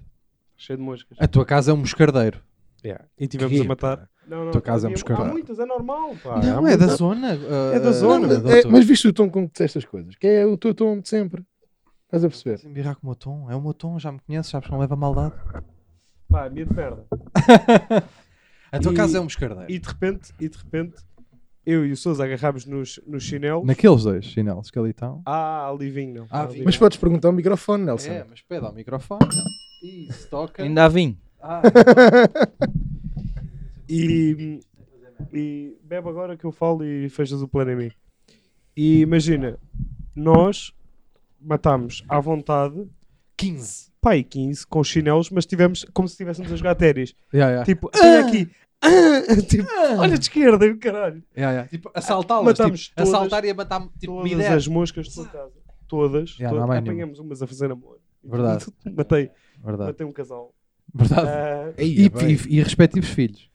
[SPEAKER 1] Cheia de moscas.
[SPEAKER 2] A tua casa é um moscardeiro.
[SPEAKER 1] E tivemos
[SPEAKER 3] Que,
[SPEAKER 1] a matar. Não, não,
[SPEAKER 2] Tua casa é um
[SPEAKER 1] havia-
[SPEAKER 2] moscardeiro.
[SPEAKER 1] Há muitas, é normal.
[SPEAKER 3] Ah,
[SPEAKER 1] Pá. Há
[SPEAKER 2] Não, é
[SPEAKER 1] muitas.
[SPEAKER 2] da zona. ah,
[SPEAKER 1] É da zona,
[SPEAKER 3] Não, mas- um é,
[SPEAKER 2] doutor.
[SPEAKER 3] mas viste o tom com que disseste as coisas, que é o teu tom de sempre. Estás a perceber?
[SPEAKER 2] Sem birrar com o meu tom. É o meu tom, já me conheces, sabes que não leva maldade.
[SPEAKER 1] Pá, medo de merda.
[SPEAKER 2] A tua
[SPEAKER 1] E-
[SPEAKER 2] casa é um moscardeiro.
[SPEAKER 1] E de repente, e de repente, eu e o Sousa agarrámos nos, nos chinelos.
[SPEAKER 2] Naqueles dois chinelos que ali estão.
[SPEAKER 1] Ah, ali vinho não.
[SPEAKER 2] Ah,
[SPEAKER 1] Ali
[SPEAKER 2] vinho.
[SPEAKER 3] Mas podes perguntar ao microfone, Nelson.
[SPEAKER 2] É, mas pede ao microfone. não. Isso, toca.
[SPEAKER 4] Ainda há vinho.
[SPEAKER 2] Ah,
[SPEAKER 1] E, e bebe agora que eu falo e fechas o plano em mim. E imagina, nós matámos à vontade,
[SPEAKER 2] 15.
[SPEAKER 1] pai, 15 com chinelos, mas tivemos como se estivéssemos a jogar ténis.
[SPEAKER 2] Yeah, yeah.
[SPEAKER 1] Tipo, olha aqui, ah, tipo, olha de esquerda, e o caralho.
[SPEAKER 2] Yeah, yeah. Tipo, assaltá-las.
[SPEAKER 1] Matámos
[SPEAKER 2] Tipo,
[SPEAKER 1] todas-
[SPEAKER 2] assaltar e a matar tipo,
[SPEAKER 1] Todas
[SPEAKER 2] ideia.
[SPEAKER 1] as moscas de sua casa, todas,
[SPEAKER 2] Já, não há
[SPEAKER 1] todas
[SPEAKER 2] mais
[SPEAKER 1] apanhamos umas a fazer amor.
[SPEAKER 2] Verdade.
[SPEAKER 1] Matei,
[SPEAKER 2] Verdade.
[SPEAKER 1] matei um casal.
[SPEAKER 2] Verdade.
[SPEAKER 1] Ah,
[SPEAKER 3] Ei,
[SPEAKER 2] E,
[SPEAKER 3] é bem.
[SPEAKER 2] e- e respectivos filhos.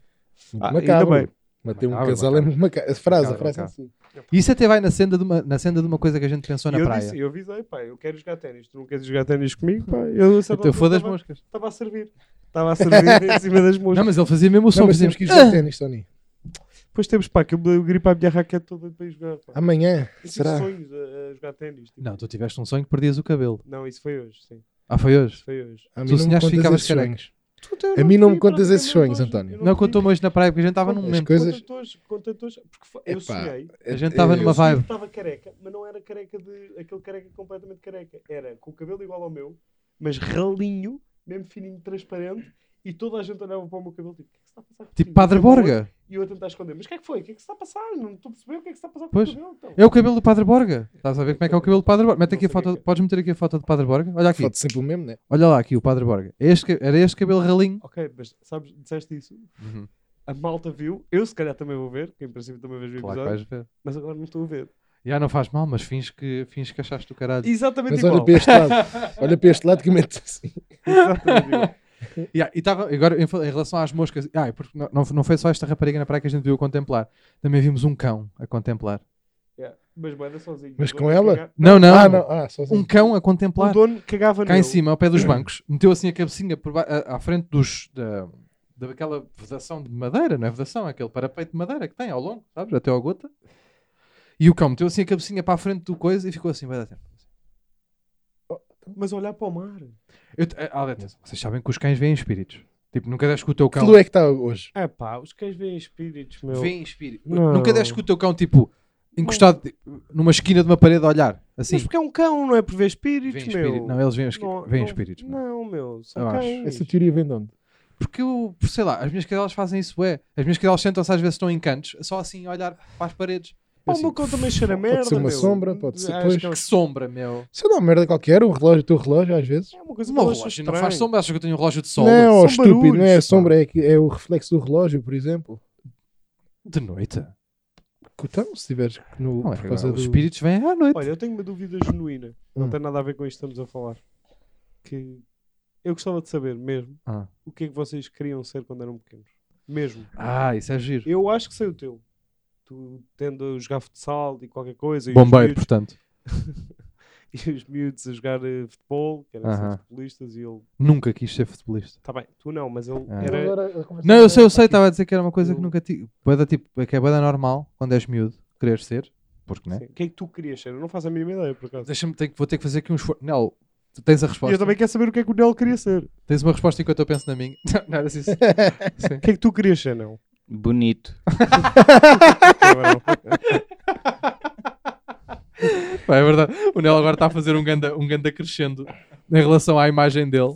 [SPEAKER 1] ah, ainda
[SPEAKER 3] Macabro.
[SPEAKER 1] bem.
[SPEAKER 3] Matei um
[SPEAKER 2] Macabro,
[SPEAKER 3] casal é
[SPEAKER 2] macabro.
[SPEAKER 3] muito macabro. A frase, a
[SPEAKER 2] Macabro,
[SPEAKER 3] frase é assim. em si.
[SPEAKER 2] Isso até vai na senda de uma, na senda de uma coisa que a gente pensou
[SPEAKER 1] E
[SPEAKER 2] na
[SPEAKER 1] eu
[SPEAKER 2] praia.
[SPEAKER 1] disse, eu avisei, pá, eu quero jogar ténis, tu não queres jogar ténis comigo, pá, eu
[SPEAKER 2] Então foda as moscas.
[SPEAKER 1] Estava a servir. Estava a servir em cima das moscas.
[SPEAKER 2] Não, mas um ele fazia mesmo o som.
[SPEAKER 3] Não, mas
[SPEAKER 2] fazia-
[SPEAKER 3] temos que ir jogar ténis, Tony.
[SPEAKER 1] Depois temos, pá, que eu, eu gripo a minha raquete toda para ir jogar. Pá.
[SPEAKER 3] Amanhã,
[SPEAKER 1] Eu tive
[SPEAKER 3] será?
[SPEAKER 1] sonhos a, a jogar ténis. tipo.
[SPEAKER 2] Não, tu tiveste um sonho que perdias o cabelo.
[SPEAKER 1] Não, isso foi hoje, sim.
[SPEAKER 2] Ah, foi hoje?
[SPEAKER 1] Isso foi hoje.
[SPEAKER 3] A
[SPEAKER 2] Tu sonhaste que ficavas careca.
[SPEAKER 3] sonhos. A mim não me contas esses sonhos, António.
[SPEAKER 2] Não, contou-me hoje na praia porque a gente estava num
[SPEAKER 1] As
[SPEAKER 2] momento.
[SPEAKER 3] coisas-
[SPEAKER 1] Conta-te hoje, conta-te hoje. Porque foi- eu
[SPEAKER 3] Epá,
[SPEAKER 1] sonhei.
[SPEAKER 2] A gente estava
[SPEAKER 3] É, Eu-
[SPEAKER 2] numa
[SPEAKER 1] eu sonhei que
[SPEAKER 2] vibe.
[SPEAKER 1] Estava careca, mas não era careca de. aquele careca completamente careca. Era com o cabelo igual ao meu, mas ralinho, mesmo fininho, transparente. E toda a gente olhava para o meu cabelo tipo, o que é que se está a passar?
[SPEAKER 2] Tipo
[SPEAKER 1] contigo?
[SPEAKER 2] Padre
[SPEAKER 1] O cabelo
[SPEAKER 2] Borga.
[SPEAKER 1] E eu a tentar esconder. Mas o que é que foi? O que é que se está a passar? Não estou a perceber o que é que se está a passar com
[SPEAKER 2] Pois.
[SPEAKER 1] o cabelo. Então.
[SPEAKER 2] É o cabelo do Padre Borga. Estás a ver como é que é o cabelo do Padre Borga? Mete aqui a foto. Podes meter aqui a foto do Padre Borga? Olha aqui.
[SPEAKER 3] Foto sempre o mesmo, né?
[SPEAKER 2] Olha lá aqui o Padre Borga. É este ca- era este cabelo ralinho.
[SPEAKER 1] Ok, mas sabes, disseste isso.
[SPEAKER 2] Uhum.
[SPEAKER 1] A malta viu. Eu se calhar também vou ver, que em princípio também vejo o
[SPEAKER 2] Claro
[SPEAKER 1] episódio.
[SPEAKER 2] que vais ver.
[SPEAKER 1] Mas agora não estou a ver.
[SPEAKER 2] Já não faz mal, mas finge que, finge que achaste o caralho.
[SPEAKER 1] Exatamente
[SPEAKER 3] Mas olha
[SPEAKER 1] igual.
[SPEAKER 3] para este lado. Olha para este lado que eu meto assim.
[SPEAKER 1] Exatamente igual.
[SPEAKER 2] Ya, e estava agora em, fa- em relação às moscas, ah, e porque não, não, não foi só esta rapariga na praia que a gente viu a contemplar, também vimos um cão a contemplar.
[SPEAKER 1] Yeah. Mas manda sozinho.
[SPEAKER 3] Mas
[SPEAKER 1] O
[SPEAKER 3] com
[SPEAKER 1] dono
[SPEAKER 3] ela?
[SPEAKER 1] caga-
[SPEAKER 2] Não, não,
[SPEAKER 3] Ah, não. Ah, sozinho.
[SPEAKER 2] um cão a
[SPEAKER 1] O
[SPEAKER 2] contemplar
[SPEAKER 1] dono cagava
[SPEAKER 2] cá
[SPEAKER 1] nele.
[SPEAKER 2] em cima, ao pé dos bancos, meteu assim a cabecinha por ba- a- à frente dos da, daquela vedação de madeira, não é vedação, é aquele parapeito de madeira que tem ao longo, sabes, até ao gota. E o cão meteu assim a cabecinha para a frente do coisa e ficou assim, vai dar tempo.
[SPEAKER 1] Mas olhar para o mar.
[SPEAKER 2] Eu te- ah, dá atenção. vocês sabem que os cães veem espíritos. Tipo, nunca deixes que o teu
[SPEAKER 3] Que
[SPEAKER 2] cão
[SPEAKER 3] lua é que está hoje?
[SPEAKER 1] É pá, os cães veem espíritos, meu.
[SPEAKER 2] Vem em espírito.
[SPEAKER 1] Não.
[SPEAKER 2] Nunca deixes que o teu cão, tipo, encostado tipo, numa esquina de uma parede a olhar. Assim.
[SPEAKER 1] Mas porque é um cão, não é por ver espíritos,
[SPEAKER 2] Vem
[SPEAKER 1] meu.
[SPEAKER 2] espírito. Não, eles vêm, esqui...
[SPEAKER 1] Não-
[SPEAKER 2] vêm
[SPEAKER 1] não-
[SPEAKER 2] espíritos. meu.
[SPEAKER 1] Não, meu, são
[SPEAKER 2] Eu acho. tipo
[SPEAKER 1] cães.
[SPEAKER 3] Essa teoria vem de onde?
[SPEAKER 2] Porque eu, sei lá, as minhas cadelas fazem isso, é. As minhas cadelas sentam-se às vezes estão em cantos, só assim a olhar para as paredes.
[SPEAKER 1] Pá,
[SPEAKER 2] Eu
[SPEAKER 1] o meu
[SPEAKER 2] assim,
[SPEAKER 1] cão também cheira merda,
[SPEAKER 3] ser uma
[SPEAKER 1] meu.
[SPEAKER 3] sombra, pode ser,
[SPEAKER 1] Acho
[SPEAKER 3] pois.
[SPEAKER 1] que é um-
[SPEAKER 2] que sombra, meu.
[SPEAKER 3] Se eu dou uma merda qualquer, um relógio, o teu relógio às vezes.
[SPEAKER 1] É uma coisa
[SPEAKER 2] O
[SPEAKER 1] que
[SPEAKER 2] meu
[SPEAKER 1] eu acho
[SPEAKER 2] relógio não faz
[SPEAKER 1] estranho.
[SPEAKER 2] sombra, achas que eu tenho um relógio de sol?
[SPEAKER 3] Não, ó,
[SPEAKER 1] são
[SPEAKER 3] estúpido, não é a
[SPEAKER 1] barulhos,
[SPEAKER 3] sombra, é, que- é o reflexo do relógio, por exemplo.
[SPEAKER 2] De
[SPEAKER 1] é
[SPEAKER 2] noite.
[SPEAKER 3] Então, se tiveres no,
[SPEAKER 2] Não, é,
[SPEAKER 3] por causa do...
[SPEAKER 2] Os espíritos vêm à noite.
[SPEAKER 1] Olha, eu tenho uma dúvida genuína. Não
[SPEAKER 3] Hum.
[SPEAKER 1] tem nada a ver com isto que estamos a falar. Que eu gostava de saber mesmo
[SPEAKER 2] Ah.
[SPEAKER 1] o que é que vocês queriam ser quando eram pequenos. Mesmo.
[SPEAKER 2] Ah, isso é giro.
[SPEAKER 1] Eu acho que sei o teu. Tu tendo a jogar futsal e qualquer coisa. e os
[SPEAKER 2] Bombeiro,
[SPEAKER 1] miúdos-
[SPEAKER 2] portanto.
[SPEAKER 1] e os miúdos a jogar eh, futebol, que eram
[SPEAKER 2] Aham.
[SPEAKER 1] ser futebolistas, e ele.
[SPEAKER 2] Nunca quis ser futebolista.
[SPEAKER 1] Tá bem, tu não, mas ele
[SPEAKER 2] Ah.
[SPEAKER 1] era.
[SPEAKER 2] Não, eu sei, eu
[SPEAKER 3] Tipo,
[SPEAKER 2] sei, estava a dizer que era uma coisa que
[SPEAKER 1] Eu-
[SPEAKER 2] nunca tive. Boeda tipo, é que é boeda normal, quando és miúdo, querer ser. Porque, né?
[SPEAKER 1] Sim. O que é que tu querias ser? Eu não faço a mínima ideia, por acaso.
[SPEAKER 2] Deixa-me, tenho que- vou ter que fazer aqui um esforço. Nel, tu tens a
[SPEAKER 1] E
[SPEAKER 2] resposta.
[SPEAKER 1] eu também quero saber o que é que o Nel queria ser. O
[SPEAKER 2] Tens uma resposta enquanto eu penso na minha. Não, não era assim. Sim.
[SPEAKER 1] que é que tu querias ser, Nel?
[SPEAKER 4] Bonito.
[SPEAKER 2] Pá, é verdade. O Nel agora está a fazer um ganda, um ganda crescendo em relação à imagem dele.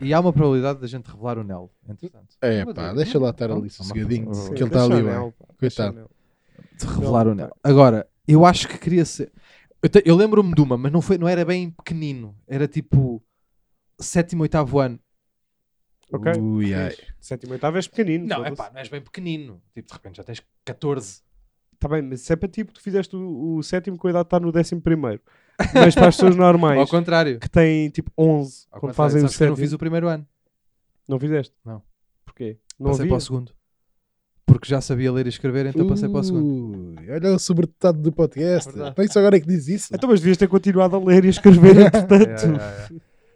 [SPEAKER 2] E há uma probabilidade da gente revelar o Nel, entretanto.
[SPEAKER 3] É,
[SPEAKER 2] Vou
[SPEAKER 3] pá,
[SPEAKER 2] dizer.
[SPEAKER 3] deixa lá estar
[SPEAKER 2] Não,
[SPEAKER 3] ali
[SPEAKER 2] não,
[SPEAKER 3] sossegadinho,
[SPEAKER 2] não, não.
[SPEAKER 3] que ele está ali,
[SPEAKER 2] é um
[SPEAKER 3] bem.
[SPEAKER 2] Tá.
[SPEAKER 3] Coitado.
[SPEAKER 2] De revelar o Nel. Agora, eu acho que queria ser. Eu, te- eu lembro-me de uma, mas não, foi, não era bem pequenino. Era tipo sétimo, oitavo ano.
[SPEAKER 1] Ok.
[SPEAKER 3] Ui, ai.
[SPEAKER 1] Sétimo, oitavo és pequenino.
[SPEAKER 2] Não, é
[SPEAKER 1] foda-se.
[SPEAKER 2] pá, não és bem pequenino. Tipo, de repente já tens 14.
[SPEAKER 1] Tá bem, mas se é para ti, porque tu fizeste o, o sétimo, cuidado, está tá no décimo primeiro. Mas para as pessoas
[SPEAKER 2] Ao
[SPEAKER 1] normais,
[SPEAKER 2] contrário.
[SPEAKER 1] que têm tipo 11,
[SPEAKER 2] Ao
[SPEAKER 1] quando
[SPEAKER 2] contrário,
[SPEAKER 1] fazem o
[SPEAKER 2] sabes que eu
[SPEAKER 1] sétimo.
[SPEAKER 2] não fiz o primeiro ano.
[SPEAKER 1] Não fizeste?
[SPEAKER 2] Não.
[SPEAKER 1] Porquê? Não
[SPEAKER 2] passei
[SPEAKER 1] havia?
[SPEAKER 2] para o segundo. Porque já sabia ler e escrever, então passei para o segundo.
[SPEAKER 3] Ui, olha o sobredotado do podcast.
[SPEAKER 2] É verdade.
[SPEAKER 3] Como é que só agora é que diz isso?
[SPEAKER 1] Então, mas devias ter continuado a ler e a escrever, entretanto.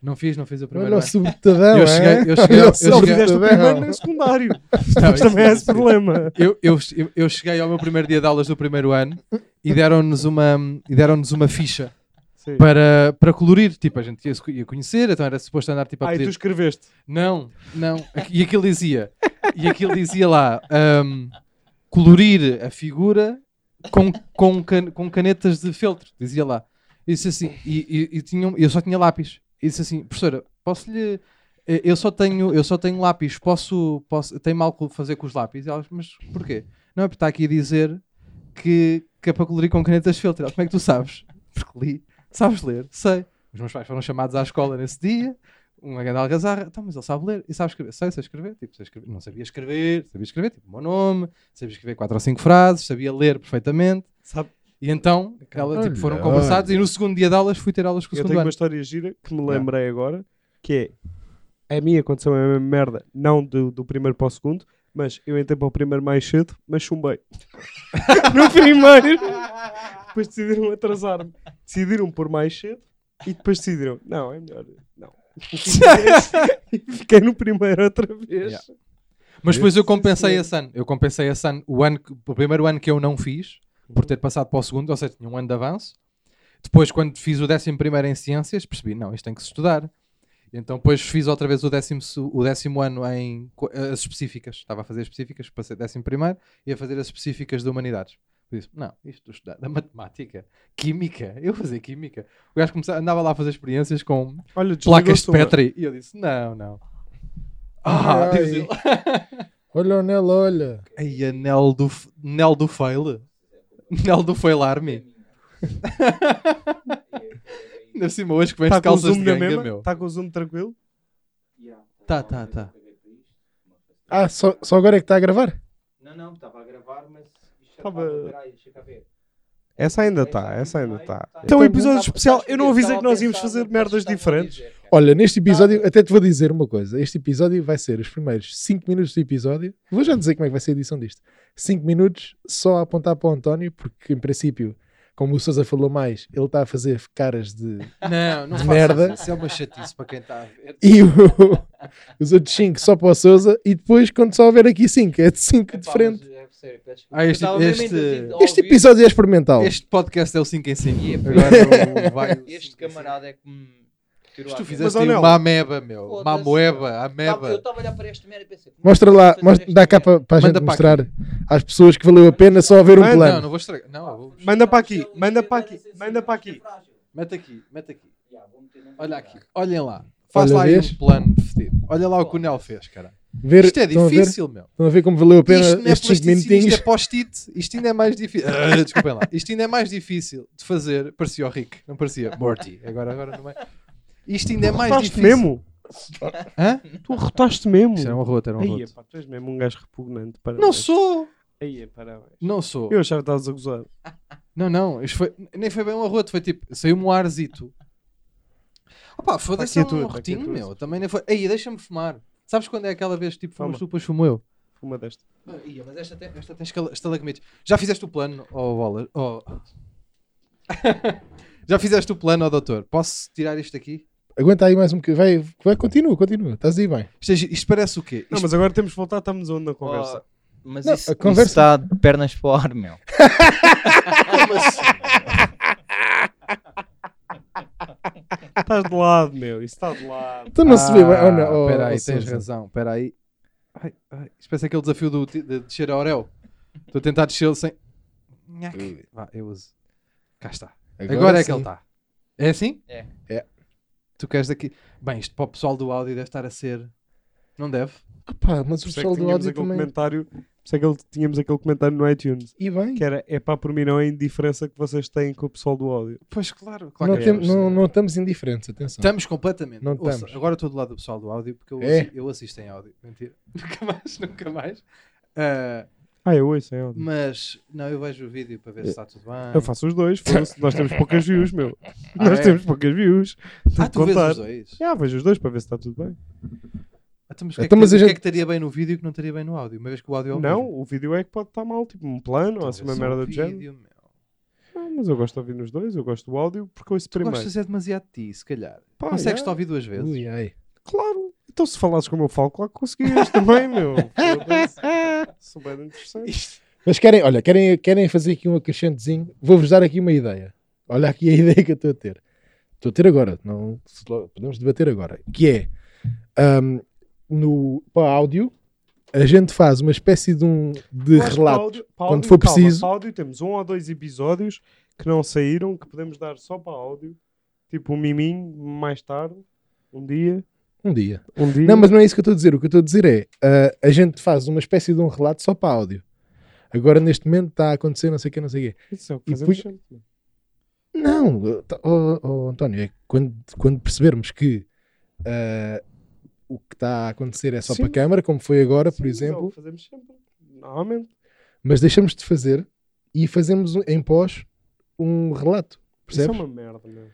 [SPEAKER 2] Não fiz, não fiz o primeiro
[SPEAKER 3] Olha o é?
[SPEAKER 2] ano.
[SPEAKER 3] sobredotadão,
[SPEAKER 2] Eu cheguei- eu cheguei-
[SPEAKER 3] Olha o
[SPEAKER 2] eu
[SPEAKER 1] Se não
[SPEAKER 2] cheguei-
[SPEAKER 1] fizeste o
[SPEAKER 3] sobredotadão.
[SPEAKER 1] primeiro nem o secundário.
[SPEAKER 2] Não,
[SPEAKER 1] é? Mas
[SPEAKER 2] isso-
[SPEAKER 1] também é esse problema.
[SPEAKER 2] eu, eu, eu- eu cheguei ao meu primeiro dia de aulas do primeiro ano e deram-nos uma, e deram-nos uma ficha
[SPEAKER 1] Sim.
[SPEAKER 2] para, para colorir. Tipo, a gente ia, se- ia conhecer, então era suposto andar tipo, a
[SPEAKER 1] Ah, e tu
[SPEAKER 2] pedir.
[SPEAKER 1] escreveste.
[SPEAKER 2] Não, não. E aquilo dizia, e aquilo dizia lá, ahm, colorir a figura com, com, can- com canetas de feltro, dizia lá. E disse assim, e, e- e tinha um- eu só tinha lápis. E disse assim, professora, posso-lhe... eh, Eu só tenho, eu só tenho lápis, posso, posso... Tem mal co- fazer com os lápis? E elas, mas porquê? Não, é porque está aqui a dizer que, que é para colorir com canetas de feltro. Elas, como é que tu sabes? Porque li. Sabes ler? Sei. Os meus pais foram chamados à escola nesse dia uma grande algazarra, então, mas ele sabe ler e sabe escrever. Sei, sei escrever, tipo, sei escrever. não sabia escrever, sabia escrever, tipo, o meu nome, sabia escrever quatro ou cinco frases, sabia ler perfeitamente.
[SPEAKER 1] Sabe,
[SPEAKER 2] E então, ela, tipo,
[SPEAKER 3] Olha,
[SPEAKER 2] foram conversados
[SPEAKER 3] olha.
[SPEAKER 2] e no segundo dia de aulas fui ter aulas com
[SPEAKER 1] eu
[SPEAKER 2] o segundo
[SPEAKER 1] tenho uma
[SPEAKER 2] ano.
[SPEAKER 1] história gira que me lembrei agora, que é a minha aconteceu a mesma merda, não do, do primeiro para o segundo, mas eu entrei para o primeiro mais cedo, mas chumbei. no primeiro. Depois decidiram atrasar-me. Decidiram por mais cedo e depois decidiram, não, é melhor, não. E Fiquei no primeiro outra vez.
[SPEAKER 2] Yeah. Mas depois eu compensei esse ano. Eu compensei esse ano, o, ano que- o primeiro ano que eu não fiz, por ter passado para o segundo, ou seja, tinha um ano de avanço. Depois, quando fiz o décimo primeiro em ciências, percebi, não, isto tem que se estudar. E Então, depois fiz outra vez o décimo, se- o décimo ano em co- eh, as específicas. Estava a fazer as específicas, passei décimo primeiro, e a fazer as específicas de humanidades. Eu Disse, não, isto de estudar da matemática, química, eu fazer química. O gajo começava, andava lá a fazer experiências com
[SPEAKER 1] Olha,
[SPEAKER 2] placas
[SPEAKER 1] desligou-se
[SPEAKER 2] de
[SPEAKER 1] uma.
[SPEAKER 2] Petri. E eu disse, não, não. Ah,
[SPEAKER 3] Ai,
[SPEAKER 2] diz ele.
[SPEAKER 3] Olha o Nel, olha.
[SPEAKER 2] Ai, a Nel do, f- Nel do Fail. Nel do Fail Army. Ainda por cima, hoje que vens
[SPEAKER 1] Está
[SPEAKER 2] de
[SPEAKER 1] tá com o
[SPEAKER 2] calças
[SPEAKER 1] zoom
[SPEAKER 2] de
[SPEAKER 1] na
[SPEAKER 2] ganga,
[SPEAKER 1] mesma?
[SPEAKER 2] meu.
[SPEAKER 1] Está com o zoom tranquilo?
[SPEAKER 2] Tá, tá, tá.
[SPEAKER 3] Ah, só, só agora é que está a gravar?
[SPEAKER 4] Não, não, estava a gravar, mas. é
[SPEAKER 1] Tava-
[SPEAKER 4] Espera aí, deixa cá ver.
[SPEAKER 1] Essa ainda
[SPEAKER 2] tá,
[SPEAKER 1] está, essa ainda está. Então, um episódio especial. Eu não avisei que nós íamos fazer merdas diferentes.
[SPEAKER 3] Olha, neste
[SPEAKER 2] Tá.
[SPEAKER 3] episódio, até te vou dizer uma coisa. Este episódio vai ser os primeiros 5 minutos do episódio. Vou já dizer como é que vai ser a edição disto. 5 minutos só a apontar para o António, porque em princípio, como o Sousa falou mais, ele está a fazer caras de.
[SPEAKER 2] Não, não
[SPEAKER 3] De merda.
[SPEAKER 2] Isso é uma chatice para quem está a ver.
[SPEAKER 3] E o- os outros 5 só para o Sousa. E depois, quando só houver aqui 5, é de 5 de frente.
[SPEAKER 4] é
[SPEAKER 2] Ah, este- este-
[SPEAKER 3] Este episódio é experimental.
[SPEAKER 2] eh, Este podcast é o 5 em 5.
[SPEAKER 4] E é por-
[SPEAKER 2] Agora o- vai o
[SPEAKER 4] Este
[SPEAKER 2] cinco em cinco.
[SPEAKER 4] camarada é que me tirou
[SPEAKER 2] Se
[SPEAKER 4] a
[SPEAKER 2] tu
[SPEAKER 4] pele.
[SPEAKER 2] fizeste
[SPEAKER 1] Mas,
[SPEAKER 2] aí
[SPEAKER 1] Anel,
[SPEAKER 2] uma ameba, meu. Uma
[SPEAKER 4] Foda-se.
[SPEAKER 2] moeba,
[SPEAKER 4] Tava- Eu
[SPEAKER 2] ameba.
[SPEAKER 4] estava a olhar para este merda e pensei. é
[SPEAKER 3] Mostra lá,
[SPEAKER 4] "Vou fazer
[SPEAKER 3] mostra,
[SPEAKER 4] esta
[SPEAKER 3] dá cá
[SPEAKER 4] merda."
[SPEAKER 3] para, para a
[SPEAKER 2] é Manda
[SPEAKER 3] gente
[SPEAKER 2] para aqui.
[SPEAKER 3] mostrar às pessoas que valeu a pena só haver um
[SPEAKER 1] Manda,
[SPEAKER 3] plano.
[SPEAKER 2] Não, não vou estragar. Não, eu vou...
[SPEAKER 1] Manda para aqui, manda para aqui,
[SPEAKER 4] assim,
[SPEAKER 1] manda para aqui.
[SPEAKER 2] mete aqui, mete aqui.
[SPEAKER 4] um
[SPEAKER 2] Olha aqui, olhem lá.
[SPEAKER 3] Olha,
[SPEAKER 2] Faz lá aí
[SPEAKER 3] vês?
[SPEAKER 2] um plano fedido. Olha lá o que o Nel fez, cara.
[SPEAKER 3] Ver,
[SPEAKER 2] Isto é
[SPEAKER 3] estão a ver?
[SPEAKER 2] difícil, meu.
[SPEAKER 3] Estão a ver como valeu a pena
[SPEAKER 2] Isto não é
[SPEAKER 3] estes 5
[SPEAKER 2] plasticina,
[SPEAKER 3] minutinhos?
[SPEAKER 2] isto é post-it. Isto ainda é mais difícil. Desculpem lá. Isto ainda é mais difícil de fazer. Parecia o Rick, não parecia? Morty. Agora, agora não é. Isto ainda é mais
[SPEAKER 1] Arrotaste
[SPEAKER 2] difícil.
[SPEAKER 1] mesmo?
[SPEAKER 2] Hã?
[SPEAKER 1] Tu arrotaste mesmo?
[SPEAKER 2] Isto era um arroto, era um
[SPEAKER 1] Aí,
[SPEAKER 2] arroto.
[SPEAKER 1] pá, tu és mesmo um gajo repugnante. Parabéns.
[SPEAKER 2] Não sou.
[SPEAKER 1] Aí, parabéns.
[SPEAKER 2] Não sou.
[SPEAKER 1] Eu achava que estavas a gozar.
[SPEAKER 2] Não, não. Isto foi... Nem foi bem um arroto. Foi tipo, saiu-me um arzito. Opa, foda-se,
[SPEAKER 1] Tá
[SPEAKER 2] é
[SPEAKER 1] aqui a tua,
[SPEAKER 2] um
[SPEAKER 1] tá aqui a
[SPEAKER 2] arrotinho,
[SPEAKER 1] tua.
[SPEAKER 2] meu. Também nem foi. Aí, deixa-me fumar. Sabes quando é aquela vez que tipo, fumas
[SPEAKER 1] Toma.
[SPEAKER 2] tu, depois fumo eu?
[SPEAKER 1] Uma desta.
[SPEAKER 4] Ia, Mas esta tem.
[SPEAKER 2] Esta tem escala- estalagmites. Já fizeste o plano, ó bola? ó- Já fizeste o plano, ó doutor? Posso tirar isto aqui?
[SPEAKER 3] Aguenta aí mais um bocadinho. Vai, vai, continua, continua. Estás aí bem.
[SPEAKER 2] Isto, é gi- isto parece o quê?
[SPEAKER 1] Não,
[SPEAKER 2] Isto-
[SPEAKER 1] mas agora temos que voltar, estamos onde na conversa?
[SPEAKER 4] Mas
[SPEAKER 3] Não,
[SPEAKER 4] isso,
[SPEAKER 3] a
[SPEAKER 4] isso
[SPEAKER 3] conversa-
[SPEAKER 4] está de pernas para o ar, meu.
[SPEAKER 1] Estás de lado, meu. Isso está de lado.
[SPEAKER 3] Então não se vê bem.
[SPEAKER 2] Ah,
[SPEAKER 3] Oh, não, oh,
[SPEAKER 2] Espera aí,
[SPEAKER 3] oh,
[SPEAKER 2] tens
[SPEAKER 3] Sousa.
[SPEAKER 2] razão. Espera aí. Ai, ai, Isto parece aquele desafio do, ti- de descer a Orel. Estou a tentar descer sem... Nhac. Vá, eu uso. Cá está. Agora, é que
[SPEAKER 3] sim.
[SPEAKER 2] ele está. É assim?
[SPEAKER 4] É.
[SPEAKER 3] É.
[SPEAKER 2] Tu queres daqui... Bem, isto para o pessoal do áudio deve estar a ser... Não deve?
[SPEAKER 3] Ah, pá, mas o
[SPEAKER 1] Por isso é
[SPEAKER 3] pessoal
[SPEAKER 1] que
[SPEAKER 3] do
[SPEAKER 1] tínhamos
[SPEAKER 3] áudio
[SPEAKER 1] aquele
[SPEAKER 3] também.
[SPEAKER 1] comentário. Por isso é que ele- tínhamos aquele comentário no iTunes.
[SPEAKER 3] E bem.
[SPEAKER 1] Que era, é pá, por mim não é a indiferença que vocês têm com o pessoal do áudio.
[SPEAKER 2] Pois claro. claro
[SPEAKER 3] Não,
[SPEAKER 2] que é.
[SPEAKER 3] temos- não, não estamos indifferentes, atenção.
[SPEAKER 2] Estamos completamente.
[SPEAKER 3] Não
[SPEAKER 2] Ouça,
[SPEAKER 3] estamos.
[SPEAKER 2] Agora estou do lado do pessoal do áudio porque eu,
[SPEAKER 3] É.
[SPEAKER 2] assi- eu assisto em áudio. Mentira. Nunca mais, nunca mais. Ah,
[SPEAKER 1] Ah, eu ouço, é
[SPEAKER 2] Hum.
[SPEAKER 1] áudio.
[SPEAKER 2] mas não, eu vejo o vídeo para ver se está tudo bem.
[SPEAKER 1] Eu faço os dois, foda-se. nós temos poucas views, meu.
[SPEAKER 2] Ah,
[SPEAKER 1] nós
[SPEAKER 2] é?
[SPEAKER 1] temos poucas views.
[SPEAKER 2] Ah, tu vês
[SPEAKER 1] contar.
[SPEAKER 2] os dois.
[SPEAKER 1] Ah, vejo os dois para ver se está tudo bem.
[SPEAKER 2] Então, mas o que, é que,
[SPEAKER 3] Então, mas
[SPEAKER 2] o
[SPEAKER 3] a
[SPEAKER 2] que é
[SPEAKER 3] gente-
[SPEAKER 2] que estaria bem no vídeo e que não estaria bem no áudio? Uma vez que o áudio é o
[SPEAKER 1] Não,
[SPEAKER 2] mesmo. Então,
[SPEAKER 1] o vídeo é que pode estar mal, tipo um plano ou assim uma
[SPEAKER 2] Talvez
[SPEAKER 1] merda
[SPEAKER 2] o
[SPEAKER 1] de género.
[SPEAKER 2] vídeo, meu.
[SPEAKER 1] Não, mas eu gosto de ouvir nos dois, eu gosto do áudio porque eu ouço
[SPEAKER 2] Tu
[SPEAKER 1] primeiro.
[SPEAKER 2] gostas é demasiado de ti, se calhar.
[SPEAKER 1] Pá,
[SPEAKER 2] Consegues-te
[SPEAKER 1] yeah.
[SPEAKER 2] ouvir duas vezes?
[SPEAKER 3] Ui, ai.
[SPEAKER 1] Claro, então se falasses como eu falo, claro que conseguias também, meu. Foda-se. Sou bem interessante.
[SPEAKER 2] Isto-
[SPEAKER 3] Mas querem, olha, querem, querem fazer aqui um acrescentezinho? Vou-vos dar aqui uma ideia. Olha aqui a ideia que eu estou a ter. Estou a ter agora, não, se lo- podemos debater agora. Que é, ahm, no, para áudio, a gente faz uma espécie de, um,
[SPEAKER 1] Eu
[SPEAKER 3] de
[SPEAKER 1] acho que para
[SPEAKER 3] relato.
[SPEAKER 1] áudio- para
[SPEAKER 3] quando
[SPEAKER 1] áudio,
[SPEAKER 3] for
[SPEAKER 1] calma,
[SPEAKER 3] preciso.
[SPEAKER 1] para áudio temos um ou dois episódios que não saíram, que podemos dar só para áudio. Tipo um miminho mais tarde, um dia.
[SPEAKER 3] Um dia.
[SPEAKER 1] Um dia.
[SPEAKER 3] Não, mas não é isso que eu estou a dizer. O que eu estou a dizer é ah, a gente faz uma espécie de um relato só para áudio. Agora, neste momento, está a acontecer não sei o que, não sei o quê.
[SPEAKER 1] Isso é o
[SPEAKER 3] e
[SPEAKER 1] que fazemos
[SPEAKER 3] depois-
[SPEAKER 1] sempre, meu.
[SPEAKER 3] Não, eu ta- oh, oh, António, é que quando, quando percebermos que ah, o que está a acontecer é só
[SPEAKER 1] Sim.
[SPEAKER 3] para a câmara, como foi agora,
[SPEAKER 1] Sim,
[SPEAKER 3] por
[SPEAKER 1] mas é o
[SPEAKER 3] exemplo,
[SPEAKER 1] que fazemos sempre. Normalmente.
[SPEAKER 3] mas deixamos de fazer e fazemos um- em pós um relato.
[SPEAKER 1] Isso é
[SPEAKER 3] Percebes?
[SPEAKER 1] uma merda, meu.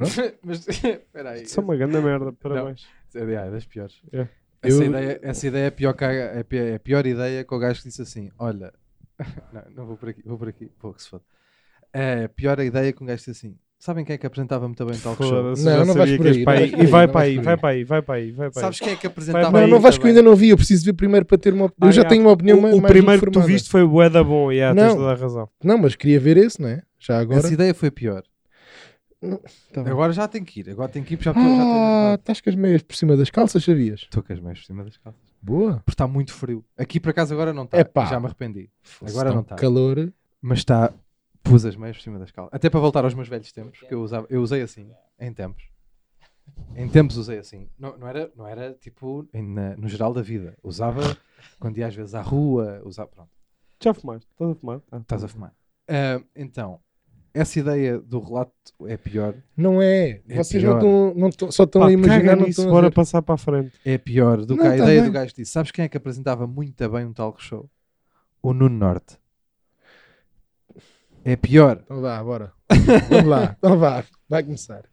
[SPEAKER 2] mas espera aí.
[SPEAKER 1] Isso é uma grande merda, parabéns.
[SPEAKER 2] É, é das piores.
[SPEAKER 1] É.
[SPEAKER 2] Essa,
[SPEAKER 3] Eu-
[SPEAKER 2] ideia, essa ideia é pior que a, é pi- é a pior ideia que o gajo que disse assim: Olha, não, não vou por aqui, vou por aqui, pô, que se foda. É a pior ideia que um gajo disse assim: Sabem quem é que apresentava muito bem tal show?
[SPEAKER 1] Foda-se,
[SPEAKER 3] Não,
[SPEAKER 1] já
[SPEAKER 3] não vais
[SPEAKER 1] sabia
[SPEAKER 3] por
[SPEAKER 1] que
[SPEAKER 3] aí,
[SPEAKER 1] és
[SPEAKER 3] não
[SPEAKER 1] para
[SPEAKER 3] vais
[SPEAKER 1] aí.
[SPEAKER 3] por aí,
[SPEAKER 1] E vai para
[SPEAKER 3] não vais
[SPEAKER 1] aí,
[SPEAKER 3] por
[SPEAKER 1] vai
[SPEAKER 3] aí.
[SPEAKER 1] para aí, vai para aí, vai para aí.
[SPEAKER 2] Sabes quem é que
[SPEAKER 1] Vai
[SPEAKER 2] apresentava
[SPEAKER 1] para
[SPEAKER 3] Não,
[SPEAKER 1] aí
[SPEAKER 3] não
[SPEAKER 2] muito
[SPEAKER 3] vais que eu
[SPEAKER 2] bem?
[SPEAKER 3] ainda não vi. Eu preciso ver primeiro para ter uma. Eu
[SPEAKER 1] tá Ah,
[SPEAKER 3] já
[SPEAKER 1] já.
[SPEAKER 3] tenho uma opinião
[SPEAKER 1] o,
[SPEAKER 3] mais
[SPEAKER 1] o primeiro que tu
[SPEAKER 3] informada.
[SPEAKER 1] viste foi o Eda Bom, yeah, tens
[SPEAKER 3] Não.
[SPEAKER 1] toda a razão.
[SPEAKER 3] Não, mas queria ver esse, não é? Já agora.
[SPEAKER 2] Essa ideia foi pior.
[SPEAKER 3] Tá bem.
[SPEAKER 2] Agora já tem que ir, agora tem que ir, porque já estou.
[SPEAKER 3] Ah, estás com as meias por cima das calças, sabias?
[SPEAKER 2] Estou com as mãos por cima das calças.
[SPEAKER 3] Boa.
[SPEAKER 2] Porque está muito frio. Aqui por acaso agora não está.
[SPEAKER 3] Epá.
[SPEAKER 2] Já me arrependi.
[SPEAKER 3] Está
[SPEAKER 1] Então,
[SPEAKER 2] Agora
[SPEAKER 3] um
[SPEAKER 2] não
[SPEAKER 1] tá.
[SPEAKER 2] está.
[SPEAKER 3] Calor.
[SPEAKER 2] Mas está. Pus as meias por cima das calças. Até para voltar aos meus velhos tempos, que eu, usava, eu usei assim, em tempos. Em tempos usei assim. Não, não, era, não era tipo em- na- no geral da vida. Usava quando ia às vezes à rua, usava. Pronto,
[SPEAKER 1] Já fumaste? Estás a fumar? Ah,
[SPEAKER 2] estás a fumar. Ah, então, essa ideia do relato é pior.
[SPEAKER 3] Não é.
[SPEAKER 2] É
[SPEAKER 3] Vocês
[SPEAKER 2] pior.
[SPEAKER 3] não estão, não estão- só estão
[SPEAKER 1] Pá,
[SPEAKER 3] a imaginar,
[SPEAKER 1] caga
[SPEAKER 3] não
[SPEAKER 1] nisso,
[SPEAKER 3] estão a
[SPEAKER 1] bora
[SPEAKER 3] ver.
[SPEAKER 1] passar para a frente.
[SPEAKER 2] É pior do
[SPEAKER 3] Não,
[SPEAKER 2] que a
[SPEAKER 3] tá
[SPEAKER 2] ideia
[SPEAKER 3] bem.
[SPEAKER 2] do gajo que disse. Sabes quem é que apresentava muito bem um talk show? O Nuno Norte. É pior.
[SPEAKER 3] Então vá, bora. Vamos lá. Então vá. Vai começar.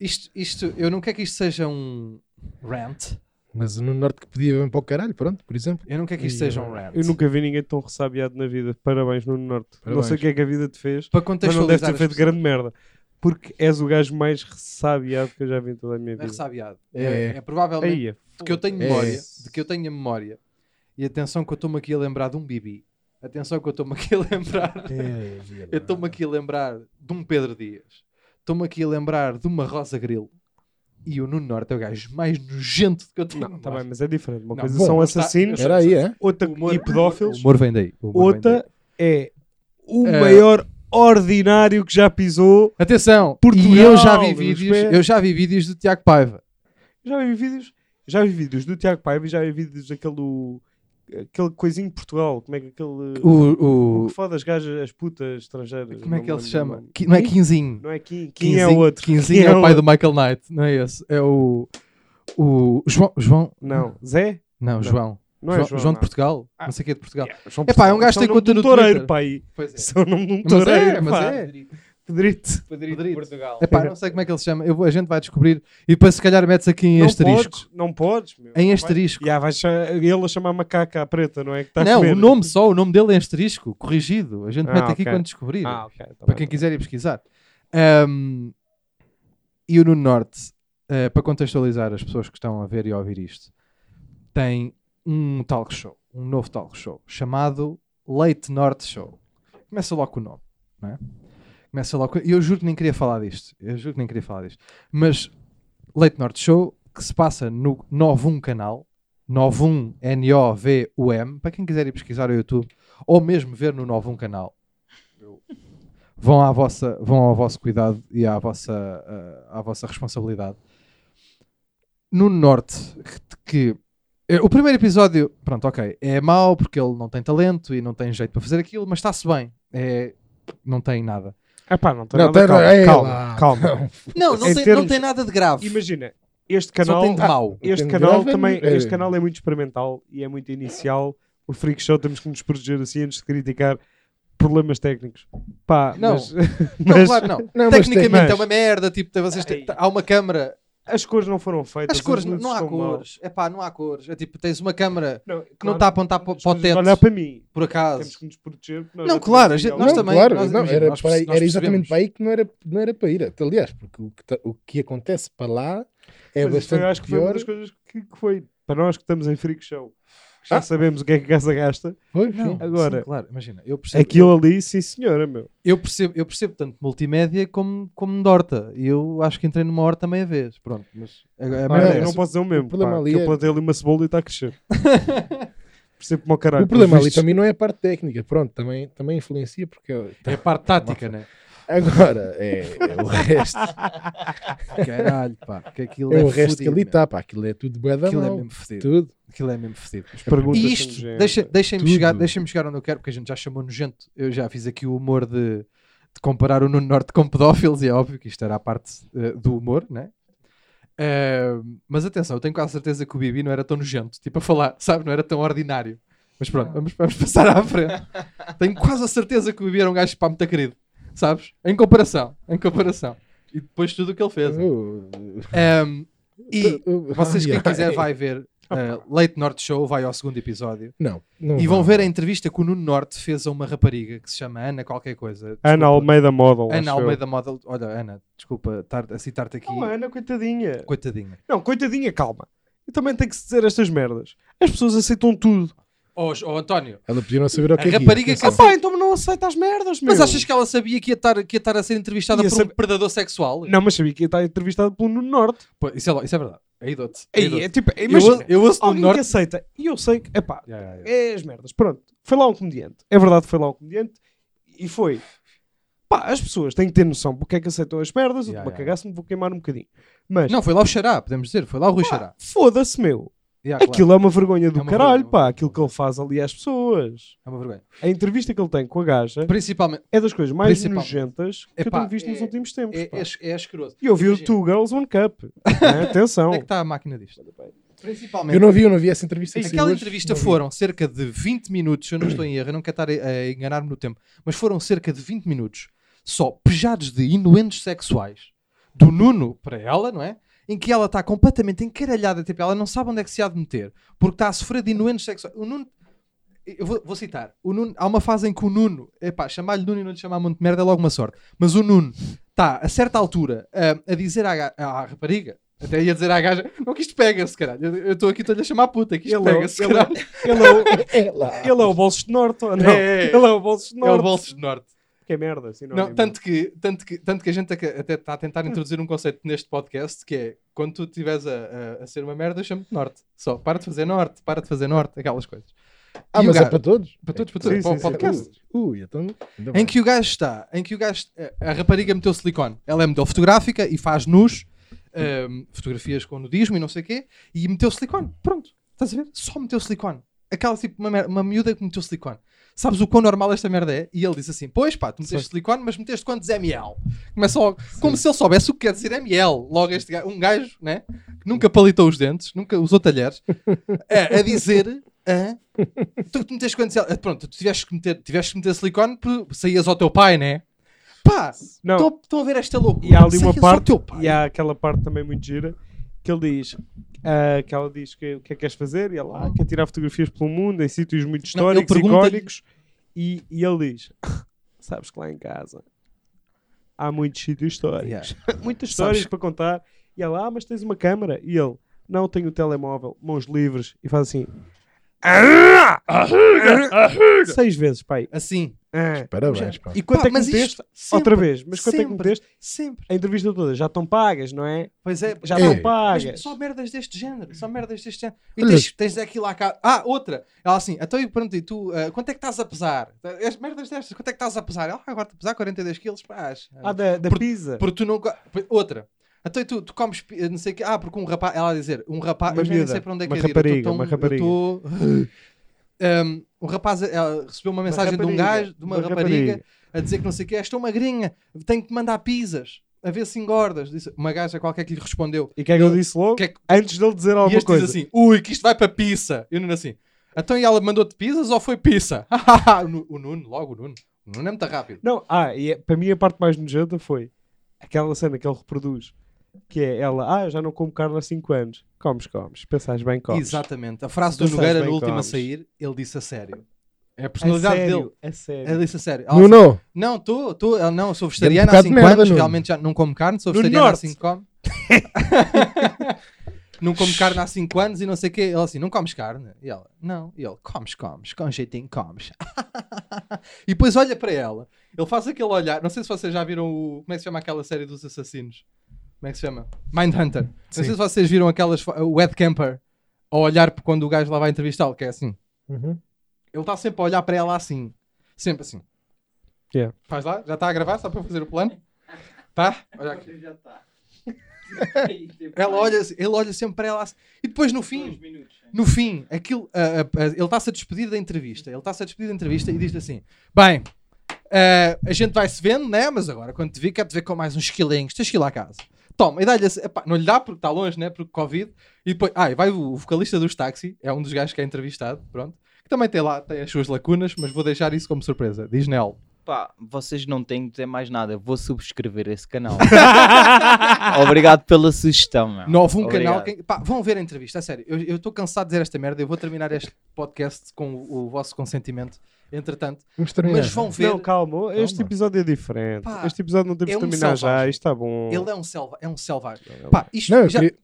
[SPEAKER 2] Isto, isto, eu não quero que isto seja um rant.
[SPEAKER 3] Mas no Norte que podia bem para o caralho, pronto, por exemplo.
[SPEAKER 2] Eu não quero que isto
[SPEAKER 3] Ih,
[SPEAKER 2] seja um rant.
[SPEAKER 1] Eu nunca vi ninguém tão ressabiado na vida. Parabéns, Nuno Norte. Não
[SPEAKER 3] Parabéns.
[SPEAKER 1] sei o que é que a vida te fez,
[SPEAKER 2] Para
[SPEAKER 1] mas
[SPEAKER 2] contextualizar
[SPEAKER 1] não deve ter
[SPEAKER 2] as
[SPEAKER 1] feito
[SPEAKER 2] pessoas.
[SPEAKER 1] grande merda. Porque és o gajo mais ressabiado que eu já vi em toda a minha
[SPEAKER 2] Não é
[SPEAKER 1] vida.
[SPEAKER 2] ressabiado. É,
[SPEAKER 3] É.
[SPEAKER 2] é provavelmente
[SPEAKER 1] Aí,
[SPEAKER 2] de que eu tenho
[SPEAKER 3] É.
[SPEAKER 2] memória, de que eu tenho a memória. E atenção que eu estou-me aqui a lembrar de um Bibi. Atenção que eu estou-me aqui a lembrar. Eu estou-me aqui a lembrar de um Pedro Dias. Estou-me aqui a lembrar de uma Rosa Grilo. E o Nuno Norte é o gajo mais nojento que eu tenho.
[SPEAKER 1] não, tá bem, mas é diferente. Uma
[SPEAKER 2] Não,
[SPEAKER 1] coisa
[SPEAKER 3] bom,
[SPEAKER 1] são
[SPEAKER 2] lá está.
[SPEAKER 1] assassinos,
[SPEAKER 3] Era aí, é?
[SPEAKER 1] outra
[SPEAKER 2] O humor-
[SPEAKER 1] e pedófilos,
[SPEAKER 2] O humor vem daí. o humor vem daí.
[SPEAKER 1] outra é o
[SPEAKER 2] É.
[SPEAKER 1] maior ordinário que já pisou.
[SPEAKER 2] Atenção,
[SPEAKER 1] Portugal,
[SPEAKER 2] e eu já vi
[SPEAKER 1] dos
[SPEAKER 2] vídeos,
[SPEAKER 1] pés.
[SPEAKER 2] eu já vi vídeos do Tiago Paiva.
[SPEAKER 1] Já vi vídeos, já vi vídeos do Tiago Paiva e já vi vídeos daquele do- aquele coisinho de Portugal, como é que aquele
[SPEAKER 2] O,
[SPEAKER 1] o que foda as gajas, as putas estrangeiras.
[SPEAKER 2] como é
[SPEAKER 1] não
[SPEAKER 2] que
[SPEAKER 1] me
[SPEAKER 2] ele
[SPEAKER 1] lembro
[SPEAKER 2] se
[SPEAKER 1] o
[SPEAKER 2] chama?
[SPEAKER 1] nome.
[SPEAKER 2] Qui- Não é Quinzinho.
[SPEAKER 1] Não é Kim, Kim é o outro.
[SPEAKER 2] Quinzinho
[SPEAKER 1] Kim
[SPEAKER 2] é o pai
[SPEAKER 1] outro.
[SPEAKER 2] do Michael Knight, não é esse? É o o João, João
[SPEAKER 1] Não, Zé?
[SPEAKER 2] não, João.
[SPEAKER 1] Não
[SPEAKER 2] João,
[SPEAKER 1] é João,
[SPEAKER 2] João de
[SPEAKER 1] não.
[SPEAKER 2] Portugal,
[SPEAKER 1] Ah.
[SPEAKER 2] não sei o que é de Portugal.
[SPEAKER 1] Yeah, João
[SPEAKER 2] Epá, é um gajo que tem
[SPEAKER 1] Isso o nome
[SPEAKER 2] conta
[SPEAKER 1] de um
[SPEAKER 2] no Twitter.
[SPEAKER 1] toureiro, pá, aí.
[SPEAKER 2] Pois
[SPEAKER 1] Isso é o nome de um
[SPEAKER 2] Mas é,
[SPEAKER 1] toureiro,
[SPEAKER 2] mas
[SPEAKER 1] pá.
[SPEAKER 2] é.
[SPEAKER 1] Pedrito.
[SPEAKER 4] Pedrito de
[SPEAKER 2] Pedrito.
[SPEAKER 4] Portugal.
[SPEAKER 2] Epá, não sei como é que ele se chama. Eu vou- a gente vai descobrir e depois se calhar metes aqui em
[SPEAKER 1] Não
[SPEAKER 2] asterisco.
[SPEAKER 1] podes, não podes, meu.
[SPEAKER 2] Em
[SPEAKER 1] Vai-
[SPEAKER 2] asterisco.
[SPEAKER 1] Já, vai cha- ele a chamar macaca à preta, não é? Que tá a
[SPEAKER 2] não,
[SPEAKER 1] comer.
[SPEAKER 2] o nome só, o nome dele é em asterisco, corrigido. A gente
[SPEAKER 1] Ah,
[SPEAKER 2] mete aqui
[SPEAKER 1] ok.
[SPEAKER 2] quando descobrir.
[SPEAKER 1] Ah, ok. tá
[SPEAKER 2] para
[SPEAKER 1] bem,
[SPEAKER 2] quem
[SPEAKER 1] tá
[SPEAKER 2] quiser ir pesquisar. Ahm, e o Nuno Norte, eh, para contextualizar as pessoas que estão a ver e a ouvir isto, tem um talk show, um novo talk show, chamado Late Norte Show. Começa logo com o nome, não é? Começa logo com... E eu juro que nem queria falar disto. Eu juro que nem queria falar disto. Mas Late Norte Show, que se passa no 91 canal, 91 N-O-V-U-M, para quem quiser ir pesquisar no YouTube, ou mesmo ver no 91 canal, vão, à vossa, vão ao vosso cuidado e à vossa, ah, à vossa responsabilidade. No Norte, que, que- eh, o primeiro episódio, pronto, ok, é mau porque ele não tem talento e não tem jeito para fazer aquilo, mas está-se bem. É, não tem nada.
[SPEAKER 1] bem. Epá, Ah, não tem
[SPEAKER 3] Não,
[SPEAKER 1] nada.
[SPEAKER 3] tem-
[SPEAKER 1] calma,
[SPEAKER 3] é
[SPEAKER 1] calma,
[SPEAKER 3] lá.
[SPEAKER 1] calma.
[SPEAKER 2] Não,
[SPEAKER 1] não Em tem- termos- não tem
[SPEAKER 2] nada de grave.
[SPEAKER 1] Imagina, este canal...
[SPEAKER 2] tem de mau.
[SPEAKER 1] Este
[SPEAKER 3] Tem
[SPEAKER 1] canal
[SPEAKER 3] grave,
[SPEAKER 1] também
[SPEAKER 3] é-
[SPEAKER 1] este canal é muito experimental e é muito inicial. O Freak Show temos que nos proteger assim antes de criticar problemas técnicos. Pá,
[SPEAKER 2] Não.
[SPEAKER 1] mas,
[SPEAKER 2] Não,
[SPEAKER 1] Ah, mas
[SPEAKER 2] claro, não.
[SPEAKER 3] Não, mas tem-
[SPEAKER 2] Tecnicamente
[SPEAKER 1] mas- Ah,
[SPEAKER 2] é uma merda, tipo, tem- vocês têm-
[SPEAKER 1] Ai.
[SPEAKER 2] há uma câmara,
[SPEAKER 1] as cores não foram feitas.
[SPEAKER 2] as cores, não,
[SPEAKER 1] luzes
[SPEAKER 2] não há
[SPEAKER 1] estão mal.
[SPEAKER 2] cores, é pá, não há cores, é tipo, tens uma câmara
[SPEAKER 1] Não,
[SPEAKER 2] que não está a apontar para, para o teto,
[SPEAKER 1] Olha para mim.
[SPEAKER 2] por acaso.
[SPEAKER 1] Temos que nos proteger. porque
[SPEAKER 2] Não,
[SPEAKER 1] já
[SPEAKER 2] claro,
[SPEAKER 1] temos
[SPEAKER 2] a
[SPEAKER 1] um
[SPEAKER 2] gente-
[SPEAKER 1] aí
[SPEAKER 2] nós
[SPEAKER 3] não,
[SPEAKER 1] algum-
[SPEAKER 2] também-
[SPEAKER 3] claro,
[SPEAKER 2] nós é-
[SPEAKER 3] não,
[SPEAKER 2] imagina,
[SPEAKER 3] era,
[SPEAKER 2] nós-
[SPEAKER 3] para aí-
[SPEAKER 2] nós
[SPEAKER 3] era
[SPEAKER 2] percebemos.
[SPEAKER 3] exatamente para aí que não era, não era para ir. até, Aliás, porque o que, ta- o que acontece para lá é
[SPEAKER 1] Mas isso eu
[SPEAKER 3] bastante
[SPEAKER 1] acho que foi uma
[SPEAKER 3] pior.
[SPEAKER 1] das coisas que, que foi. Para nós que estamos em Freak Show, que
[SPEAKER 2] Ah.
[SPEAKER 1] já sabemos o que é que a casa gasta.
[SPEAKER 3] Foi,
[SPEAKER 2] Não,
[SPEAKER 3] foi.
[SPEAKER 1] Agora- é
[SPEAKER 2] sim, claro, imagina, eu percebo,
[SPEAKER 1] Aquilo ali, sim senhora, meu.
[SPEAKER 2] Eu percebo, eu percebo tanto multimédia como, como de horta. E eu acho que entrei numa horta meia vez. Pronto, mas a, a
[SPEAKER 1] Pá,
[SPEAKER 2] merda
[SPEAKER 3] não,
[SPEAKER 2] é
[SPEAKER 1] eu não
[SPEAKER 2] essa.
[SPEAKER 1] posso dizer o mesmo.
[SPEAKER 3] problema
[SPEAKER 1] pá,
[SPEAKER 3] ali
[SPEAKER 1] que eu
[SPEAKER 3] é-
[SPEAKER 1] plantei ali uma cebola e está a crescer. Percebo como ao caralho.
[SPEAKER 3] O problema
[SPEAKER 1] pelos
[SPEAKER 3] ali
[SPEAKER 1] vistos.
[SPEAKER 3] também não é a parte técnica, pronto, também, também influencia porque tá.
[SPEAKER 2] É a parte tática, né?
[SPEAKER 3] agora é, é o resto,
[SPEAKER 2] Caralho, pá. Que aquilo
[SPEAKER 3] é
[SPEAKER 2] é,
[SPEAKER 3] o resto que
[SPEAKER 2] fodido,
[SPEAKER 3] ali
[SPEAKER 2] mesmo.
[SPEAKER 3] está, pá, aquilo é tudo bué da
[SPEAKER 2] Aquilo é
[SPEAKER 3] mal,
[SPEAKER 2] mesmo fedido.
[SPEAKER 3] tudo.
[SPEAKER 2] Aquilo é mesmo fedido.
[SPEAKER 1] perguntas assim
[SPEAKER 2] E
[SPEAKER 1] são
[SPEAKER 2] isto,
[SPEAKER 1] nojentas.
[SPEAKER 2] deixa- deixem-me
[SPEAKER 3] Tudo.
[SPEAKER 2] chegar, deixem chegar onde eu quero, porque a gente já chamou nojento. Eu já fiz aqui o humor de, de comparar o Nuno Norte com pedófilos, e é óbvio que isto era a parte eh, do humor, né? Eh, mas atenção, eu tenho quase certeza que o Bibi não era tão nojento, tipo a falar, sabe? Não era tão ordinário. Mas pronto, vamos, vamos passar à frente. Tenho quase a certeza que o Bibi era um gajo pá, muito querido, sabes? Em comparação, em comparação. E depois tudo o que ele fez.
[SPEAKER 3] Oh. Uh,
[SPEAKER 2] Ehm, e vocês, quem quiser, vai ver. eh, Late Norte Show vai ao segundo episódio.
[SPEAKER 3] Não, não
[SPEAKER 2] E vão
[SPEAKER 3] vai.
[SPEAKER 2] ver a entrevista que o Nuno Norte fez a uma rapariga que se chama Ana qualquer coisa. Desculpa.
[SPEAKER 1] Ana Almeida Model. acho
[SPEAKER 2] Ana
[SPEAKER 1] eu.
[SPEAKER 2] Almeida Model. Olha, Ana, desculpa tar, a citar-te aqui.
[SPEAKER 1] Não, é. Ana, coitadinha.
[SPEAKER 2] Coitadinha.
[SPEAKER 1] Não, coitadinha, calma. E também tem que se dizer estas merdas. As pessoas aceitam tudo.
[SPEAKER 2] Ó oh, António,
[SPEAKER 3] Ela podia não saber o que é que ia,
[SPEAKER 2] rapariga que-
[SPEAKER 1] Ah
[SPEAKER 3] atenção.
[SPEAKER 1] pá, então não aceita as merdas, meu.
[SPEAKER 2] mas achas que ela sabia que ia estar, que ia estar a ser entrevistada
[SPEAKER 1] Ia
[SPEAKER 2] por um
[SPEAKER 1] saber-
[SPEAKER 2] predador sexual?
[SPEAKER 1] Não, mas sabia que ia estar entrevistado pelo Nuno Norte.
[SPEAKER 2] Pô, isso, é, lo- isso é verdade. Aí dou-te. aí
[SPEAKER 1] Aí,
[SPEAKER 2] dou-te.
[SPEAKER 1] é tipo,
[SPEAKER 2] Eu
[SPEAKER 1] imagina.
[SPEAKER 2] ouço- Eu ouço Nuno
[SPEAKER 1] Alguém que
[SPEAKER 2] Norte.
[SPEAKER 1] aceita. E eu sei que, epá,
[SPEAKER 2] Ya, ya, ya.
[SPEAKER 1] é as merdas. Pronto, foi lá um comediante. É verdade, foi lá um comediante. E foi. Pá, as pessoas têm que ter noção porque é que aceitam as merdas. Eu
[SPEAKER 2] Ya,
[SPEAKER 1] yeah, uma
[SPEAKER 2] ya.
[SPEAKER 1] cagaço, me vou queimar um bocadinho. Mas,
[SPEAKER 2] Não, foi lá o Xará, podemos dizer. Foi lá o Rui
[SPEAKER 1] pá,
[SPEAKER 2] Xará.
[SPEAKER 1] foda-se, meu.
[SPEAKER 2] Ya, Ah, claro.
[SPEAKER 1] Aquilo é uma vergonha do
[SPEAKER 2] uma
[SPEAKER 1] caralho,
[SPEAKER 2] vergonha,
[SPEAKER 1] pá.
[SPEAKER 2] é uma
[SPEAKER 1] Aquilo que ele faz ali às pessoas.
[SPEAKER 2] É uma vergonha.
[SPEAKER 1] A entrevista que ele tem com a gaja
[SPEAKER 2] Principalmente.
[SPEAKER 1] é das coisas mais
[SPEAKER 2] Principalmente.
[SPEAKER 1] nojentas que eu
[SPEAKER 2] Epá,
[SPEAKER 1] tenho visto nos
[SPEAKER 2] é-
[SPEAKER 1] últimos tempos.
[SPEAKER 2] É,
[SPEAKER 1] pá.
[SPEAKER 2] é, é asqueroso.
[SPEAKER 1] E eu vi o
[SPEAKER 2] Imagina,
[SPEAKER 1] Two Girls One Cup. né? Atenção.
[SPEAKER 2] Onde é que está a máquina disto? Principalmente.
[SPEAKER 3] Eu não vi, eu não vi essa entrevista. que saiu
[SPEAKER 2] Aquela
[SPEAKER 3] hoje,
[SPEAKER 2] entrevista
[SPEAKER 3] não vi.
[SPEAKER 2] foram cerca de 20 minutos, se eu não estou em erro, eu não quero estar a, a enganar-me no tempo, mas foram cerca de 20 minutos só pejados de inuendos sexuais do Nuno para ela, não é? Em que ela está completamente encaralhada, tipo, ela não sabe onde é que se há de meter, porque está a sofrer de inuendos sexuais. O Nuno, eu vou, vou citar, o Nuno, há uma fase em que o Nuno, epá, chamar-lhe Nuno e não lhe chamar muito de merda é logo uma sorte, mas o Nuno está a certa altura a, a dizer à, ga- à rapariga. Até ia dizer à gaja, não que isto pega-se, caralho. Eu- Eu estou aqui, estou-lhe a chamar puta, que isto
[SPEAKER 1] Ele é o-
[SPEAKER 2] pega-se,
[SPEAKER 1] ele é-
[SPEAKER 2] caralho.
[SPEAKER 1] Ele é o,
[SPEAKER 3] É lá.
[SPEAKER 1] ele é o Bolsos de Norte, ou não?
[SPEAKER 2] É, é, é.
[SPEAKER 1] Ele é o Bolsos de
[SPEAKER 2] É
[SPEAKER 1] Norte.
[SPEAKER 2] o Bolsos do Norte.
[SPEAKER 1] Que é merda, sinónimo.
[SPEAKER 2] Não, tanto, que, tanto, que, tanto que a gente aca- até está a tentar introduzir um conceito neste podcast que é quando tu estiveres a, a- a ser uma merda, chama-te Norte. Só para de fazer Norte, para de fazer Norte, aquelas coisas.
[SPEAKER 3] Ah,
[SPEAKER 2] E o
[SPEAKER 3] mas é
[SPEAKER 2] gajo-
[SPEAKER 3] para todos?
[SPEAKER 2] Para todos, para todos,
[SPEAKER 1] Sim,
[SPEAKER 2] para o
[SPEAKER 1] sim, sim.
[SPEAKER 2] podcast.
[SPEAKER 3] Ui, então. ainda bem.
[SPEAKER 2] Em que o gajo está, em que o gajo, eh, a rapariga meteu silicone, ela é modelo fotográfica e faz nus, ahm, fotografias com nudismo e não sei o quê, e meteu silicone, pronto, estás a ver? Só meteu silicone. Aquela tipo, uma, mer- uma miúda que meteu silicone. Sabes o quão normal esta merda é? E ele diz assim, pois pá, tu meteste silicone, mas meteste quantos ml? Começa logo, como se ele soubesse o que quer dizer ml, logo este gajo, um gajo, né, que nunca palitou os dentes, nunca usou talheres, a, a dizer... ah, tu que meteste quantos ml? Ah, Pronto, tu tiveste que meter, tiveste que meter silicone, p- saías ao teu pai, né? Pá,
[SPEAKER 1] Não.
[SPEAKER 2] estão estão a ver esta loucura.
[SPEAKER 1] E há ali uma
[SPEAKER 2] Saías ao
[SPEAKER 1] parte,
[SPEAKER 2] teu pai.
[SPEAKER 1] e há aquela parte também muito gira, que ele diz, ah, que ela diz que o que é que queres fazer, e ela, ah, quer tirar fotografias pelo mundo, em sítios muito
[SPEAKER 2] Não, ele
[SPEAKER 1] históricos,
[SPEAKER 2] pergunta-lhe-
[SPEAKER 1] icónicos, e, e ele diz, sabes que lá em casa há muitos sítios históricos, muitas histórias
[SPEAKER 2] Sabes-
[SPEAKER 1] para contar, e ela, ah, mas tens uma câmara, e ele, não, tenho um telemóvel, mãos livres, e faz assim... Seis vezes, pai.
[SPEAKER 2] Assim.
[SPEAKER 1] Ah.
[SPEAKER 3] Parabéns, É pá.
[SPEAKER 1] E quanto
[SPEAKER 2] Pá,
[SPEAKER 1] é que
[SPEAKER 2] mas
[SPEAKER 1] meteste?
[SPEAKER 2] isto sempre,
[SPEAKER 1] Outra vez, mas quanto é que
[SPEAKER 2] sempre,
[SPEAKER 1] meteste?
[SPEAKER 2] Sempre.
[SPEAKER 1] A entrevista toda já estão pagas, não é?
[SPEAKER 2] Pois é,
[SPEAKER 1] Já
[SPEAKER 2] é,
[SPEAKER 1] estão
[SPEAKER 3] mas
[SPEAKER 1] pagas.
[SPEAKER 2] só merdas deste género, só merdas deste género. E
[SPEAKER 3] Olha-
[SPEAKER 2] tens, tens aquilo lá cá. Ah, outra. Ela assim, então e pronto, e tu, ah, quanto é que estás a pesar? As merdas destas, quanto é que estás a pesar? Ah, agora te pesar 42 quilos, pá. acho.
[SPEAKER 1] Ah, da, da
[SPEAKER 2] É. Por-
[SPEAKER 1] pizza.
[SPEAKER 2] Porque tu não. co- Outra. Então e tu, tu comes, pi- não sei o quê. Ah, porque um rapaz. Ela a dizer, um rapaz.
[SPEAKER 1] Uma
[SPEAKER 2] eu já nem
[SPEAKER 1] miúda,
[SPEAKER 2] sei para onde é que
[SPEAKER 1] uma
[SPEAKER 2] é
[SPEAKER 1] rapariga,
[SPEAKER 2] eu tô tão-
[SPEAKER 1] uma
[SPEAKER 2] eu
[SPEAKER 1] rapariga.
[SPEAKER 2] tô- Um, um rapaz ela recebeu uma mensagem de um
[SPEAKER 1] rapariga,
[SPEAKER 2] gajo, de uma, rapariga, a dizer que não sei o que, estou magrinha, tenho que te mandar pizzas, a ver se engordas. Disse uma gaja qualquer que lhe respondeu.
[SPEAKER 1] E o que é que eu disse logo?
[SPEAKER 2] Que é que-
[SPEAKER 1] Antes dele dizer
[SPEAKER 2] e
[SPEAKER 1] alguma
[SPEAKER 2] este
[SPEAKER 1] coisa.
[SPEAKER 2] diz assim: ui, que isto vai para pizza. E o Nuno assim: então e ela mandou-te pizzas ou foi pizza? o Nu- o Nuno, logo o Nuno. O Nuno é muito rápido.
[SPEAKER 1] Não, ah, e é- para mim a parte mais nojenta foi aquela cena que ele reproduz, que é ela, ah, eu já não como carne há 5 anos. Comes, comes. Pensais bem, comes. É
[SPEAKER 2] Exatamente. A frase do
[SPEAKER 1] Tu sabes
[SPEAKER 2] Nogueira
[SPEAKER 1] bem
[SPEAKER 2] no último a
[SPEAKER 1] comes.
[SPEAKER 2] sair, ele disse a sério. É a
[SPEAKER 1] A
[SPEAKER 2] personalidade
[SPEAKER 1] sério,
[SPEAKER 2] dele.
[SPEAKER 1] a sério.
[SPEAKER 2] Ele disse a sério. Ela
[SPEAKER 3] Não,
[SPEAKER 2] disse,
[SPEAKER 3] não.
[SPEAKER 2] não, estou, estou, ela, não, sou vegetariana há
[SPEAKER 3] bocado de
[SPEAKER 2] 5
[SPEAKER 3] merda,
[SPEAKER 2] anos,
[SPEAKER 3] Nuno.
[SPEAKER 2] realmente já não como carne, sou
[SPEAKER 1] No
[SPEAKER 2] vegetariana há
[SPEAKER 1] norte.
[SPEAKER 2] 5 anos. não como carne há 5 anos e não sei o quê. Ele assim, não comes carne? E ela, não. E ele, comes, comes, com jeitinho comes. e depois olha para ela. Ele faz aquele olhar, não sei se vocês já viram o, como é que se chama aquela série dos assassinos? Como é que se chama? Mindhunter. Não sei se vocês viram aquelas, fo- o Ed Camper, a olhar quando o gajo lá vai entrevistá-lo, que é assim.
[SPEAKER 3] Uhum.
[SPEAKER 2] Ele está sempre a olhar para ela assim. Sempre assim.
[SPEAKER 1] Yeah.
[SPEAKER 2] Faz lá? Já está a gravar? Só para eu fazer o plano? Tá? Olha aqui.
[SPEAKER 4] Já está.
[SPEAKER 2] Ela olha, ele olha sempre para ela assim. E depois no fim, no fim, aquilo, a- a- a- ele está-se a despedir da entrevista. Ele está-se a despedir da entrevista e diz-lhe assim: Bem, eh, a gente vai-se vendo, né? Mas agora, quando te vi, quero te ver com mais uns quilinhos. Tens que ir lá a casa. Toma, e dá-lhe assim, epá, não lhe dá porque está longe, né? Porque Covid. E depois, ah, e vai o vocalista dos táxi, é um dos gajos que é entrevistado, pronto. Que também tem lá, tem as suas lacunas, mas vou deixar isso como surpresa. Diz Nel.
[SPEAKER 4] Pá, vocês não têm de dizer mais nada. Vou subscrever esse canal. Obrigado pela sugestão, meu.
[SPEAKER 2] Não houve um canal.
[SPEAKER 4] Obrigado.
[SPEAKER 2] que- pá, vão ver a entrevista, a sério. Eu estou cansado de dizer esta merda. Eu vou terminar este podcast com o, o vosso consentimento, entretanto.
[SPEAKER 3] Vamos terminar.
[SPEAKER 2] Mas vão ver.
[SPEAKER 1] Não, calma, este
[SPEAKER 3] Calma.
[SPEAKER 1] episódio é diferente.
[SPEAKER 2] Pá,
[SPEAKER 1] este episódio não temos de
[SPEAKER 2] é um
[SPEAKER 1] terminar já,
[SPEAKER 2] selvagem.
[SPEAKER 1] isto está bom.
[SPEAKER 2] Ele é um, selva, é um selvagem.
[SPEAKER 1] Ele é
[SPEAKER 2] Pá, isto,
[SPEAKER 3] Não, eu
[SPEAKER 2] já-
[SPEAKER 3] queria-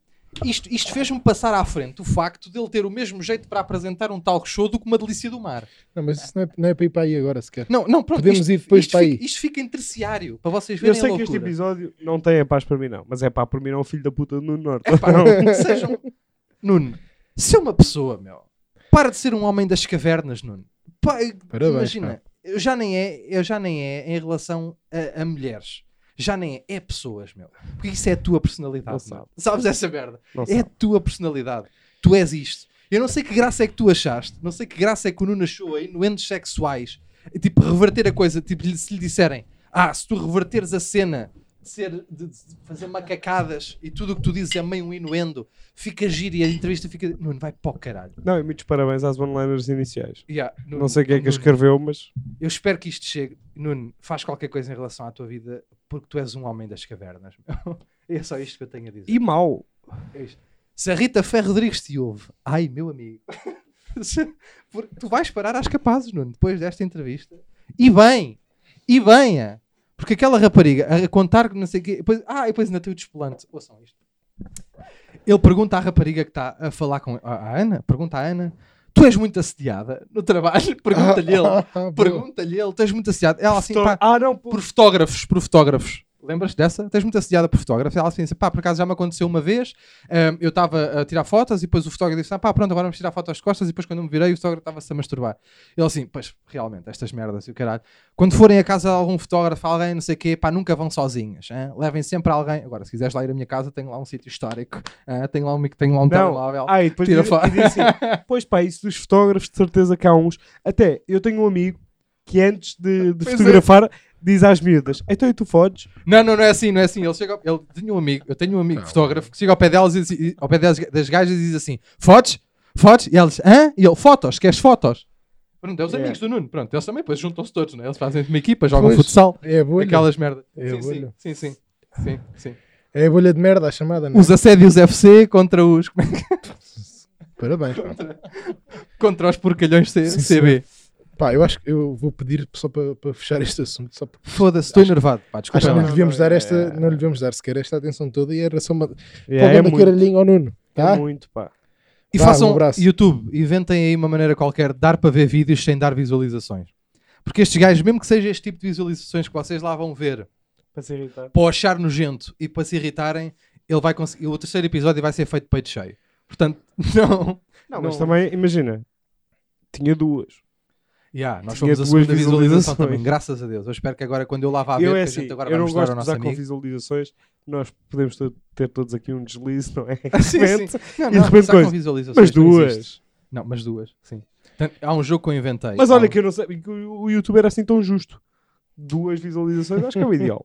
[SPEAKER 2] isto, isto fez-me passar à frente o facto de ele ter o mesmo jeito para apresentar um talk show do que uma delícia do mar.
[SPEAKER 3] Não, mas isso não é, não é para ir para aí agora sequer.
[SPEAKER 2] Não, não, pronto.
[SPEAKER 3] Podemos
[SPEAKER 2] isto,
[SPEAKER 3] ir depois
[SPEAKER 2] isto
[SPEAKER 3] para
[SPEAKER 2] fica,
[SPEAKER 3] aí.
[SPEAKER 2] Isto fica em terciário, para vocês
[SPEAKER 1] Eu
[SPEAKER 2] verem
[SPEAKER 1] sei
[SPEAKER 2] a
[SPEAKER 1] que este
[SPEAKER 2] loucura.
[SPEAKER 1] episódio não tem a paz para mim, não. Mas é pá, por mim não, filho da puta no Norte.
[SPEAKER 2] Epá, É não, sejam... Nuno, se é uma pessoa, meu, para de ser um homem das cavernas, Nuno. Pá,
[SPEAKER 3] Parabéns,
[SPEAKER 2] imagina, eu já nem é, eu já nem é em relação a, a mulheres. Já nem é, é pessoas, meu. Porque isso é a tua
[SPEAKER 1] Não
[SPEAKER 2] personalidade.
[SPEAKER 1] sabe.
[SPEAKER 2] meu. Sabes essa merda?
[SPEAKER 1] Não
[SPEAKER 2] é a
[SPEAKER 1] sabe.
[SPEAKER 2] tua personalidade. Tu és isto. Eu não sei que graça é que tu achaste, não sei que graça é que o Nuno achou aí noentes sexuais. E, tipo, reverter a coisa, tipo, lhe- se lhe disserem, ah, se tu reverteres a cena de ser de, de fazer macacadas e tudo o que tu dizes é meio um inuendo, fica giro e a entrevista fica. Nuno, vai para o caralho.
[SPEAKER 1] Não, e muitos parabéns às one-liners iniciais.
[SPEAKER 2] Yeah, Nuno,
[SPEAKER 1] Não sei quem é que
[SPEAKER 2] Nuno,
[SPEAKER 1] escreveu, mas
[SPEAKER 2] Eu espero que isto chegue. Nuno, faz qualquer coisa em relação à tua vida, porque tu és um homem das cavernas. meu. é só isto que eu tenho a dizer.
[SPEAKER 1] e mal.
[SPEAKER 2] É isto. Se a Rita Ferro Rodrigues te ouve, ai meu amigo, Se- por- tu vais parar às capazes, Nuno, depois desta entrevista. E bem, e bem, é. porque aquela rapariga a contar que não sei o quê, depois, ah, e depois ainda tem o despolante, ouçam isto. Ele pergunta à rapariga que está a falar com a a Ana, pergunta à Ana, tu és muito assediada no trabalho? Pergunta-lhe ele,
[SPEAKER 3] Ah,
[SPEAKER 2] pergunta-lhe ele, tu és muito assediada. Ela assim, pá,
[SPEAKER 1] ah, não,
[SPEAKER 2] por fotógrafos, por fotógrafos. Lembras-te dessa? Tens muito assediada por fotógrafos. Ela assim, disse, pá, por acaso já me aconteceu uma vez, ehm, eu estava a tirar fotos e depois o fotógrafo disse, ah pá, pronto, agora vamos tirar fotos às costas e depois quando eu me virei o fotógrafo estava-se a masturbar. Ele assim, pois, realmente, estas merdas e o caralho. Quando forem a casa de algum fotógrafo, alguém, não sei o quê, pá, nunca vão sozinhas, hã? levem sempre alguém. Agora, se quiseres lá ir à minha casa, tenho lá um sítio histórico, hã? tenho lá um, mic- tenho lá um telemóvel.
[SPEAKER 1] Ah, e depois
[SPEAKER 2] Tira
[SPEAKER 1] diz,
[SPEAKER 2] foto.
[SPEAKER 1] e diz assim, pois pá, isso dos fotógrafos, de certeza que há uns. Até, eu tenho um amigo que antes de, de
[SPEAKER 2] Pois é.
[SPEAKER 1] fotografar diz às miúdas, então e tu fodes?
[SPEAKER 2] Não, não, não é assim, não é assim. Ele chega ao... ele tinha um amigo, eu tenho um amigo
[SPEAKER 3] Não.
[SPEAKER 2] fotógrafo que chega ao pé delas e diz- e- ao pé das, das gajas e diz assim: fotos, fotos, e eles, hã? E ele, fotos, queres fotos? Pronto, é os
[SPEAKER 1] Yeah.
[SPEAKER 2] amigos do Nuno, pronto, eles também, depois juntam-se todos, né? eles fazem uma equipa, jogam
[SPEAKER 3] Pois.
[SPEAKER 2] futsal,
[SPEAKER 3] É a bolha.
[SPEAKER 2] aquelas merdas.
[SPEAKER 3] É
[SPEAKER 2] sim, sim,
[SPEAKER 3] bolha.
[SPEAKER 2] sim, sim, sim, sim.
[SPEAKER 3] É a bolha de merda a chamada, não é?
[SPEAKER 2] Os assédios FC contra os, como é que-
[SPEAKER 3] Parabéns. pá.
[SPEAKER 2] contra os porcalhões C-
[SPEAKER 3] Sim,
[SPEAKER 2] CB.
[SPEAKER 3] Pá, eu acho que eu vou pedir só para para fechar este assunto. Só porque
[SPEAKER 2] Foda-se, estou enervado. Pá, desculpa
[SPEAKER 3] acho que
[SPEAKER 2] lá.
[SPEAKER 3] não lhe devíamos dar esta,
[SPEAKER 1] é.
[SPEAKER 3] não lhe devíamos dar sequer esta atenção toda e é era só uma.
[SPEAKER 2] É,
[SPEAKER 1] Yeah,
[SPEAKER 3] Pô, dando caralhinho ao Nuno. Tá?
[SPEAKER 1] é muito, pá.
[SPEAKER 2] E
[SPEAKER 3] Vá,
[SPEAKER 2] façam
[SPEAKER 3] um abraço.
[SPEAKER 2] YouTube, inventem aí uma maneira qualquer de dar para ver vídeos sem dar visualizações. Porque estes gajos, mesmo que seja este tipo de visualizações que vocês lá vão ver,
[SPEAKER 1] Para se irritar.
[SPEAKER 2] para o achar nojento e para se irritarem, ele vai conseguir. O terceiro episódio vai ser feito de peito cheio. Portanto, não.
[SPEAKER 1] Não, mas também, imagina, tinha duas.
[SPEAKER 2] Yeah, nós
[SPEAKER 1] Tinha
[SPEAKER 2] fomos a
[SPEAKER 1] é duas
[SPEAKER 2] segunda visualização
[SPEAKER 1] visualizações.
[SPEAKER 2] também, graças a Deus. Eu espero que agora, quando eu lá vá ver,
[SPEAKER 1] eu
[SPEAKER 2] que
[SPEAKER 1] é
[SPEAKER 2] a
[SPEAKER 1] assim,
[SPEAKER 2] gente agora
[SPEAKER 1] eu
[SPEAKER 2] vai
[SPEAKER 1] não
[SPEAKER 2] mostrar
[SPEAKER 1] gosto
[SPEAKER 2] ao
[SPEAKER 1] de
[SPEAKER 2] nosso
[SPEAKER 1] usar com
[SPEAKER 2] amigo.
[SPEAKER 1] visualizações, nós podemos ter, ter todos aqui um deslize, não é?
[SPEAKER 2] Sim, sim. Não,
[SPEAKER 1] E
[SPEAKER 2] não,
[SPEAKER 1] de repente
[SPEAKER 2] usar
[SPEAKER 1] coisa.
[SPEAKER 2] com visualizações
[SPEAKER 1] Mas
[SPEAKER 2] não
[SPEAKER 1] duas.
[SPEAKER 2] existe. Não, mas duas, sim. Portanto, há um jogo que eu inventei.
[SPEAKER 1] Mas
[SPEAKER 2] Há
[SPEAKER 1] olha
[SPEAKER 2] um-
[SPEAKER 1] que eu não sei, que o o YouTube era assim tão justo. Duas visualizações, acho que é o ideal.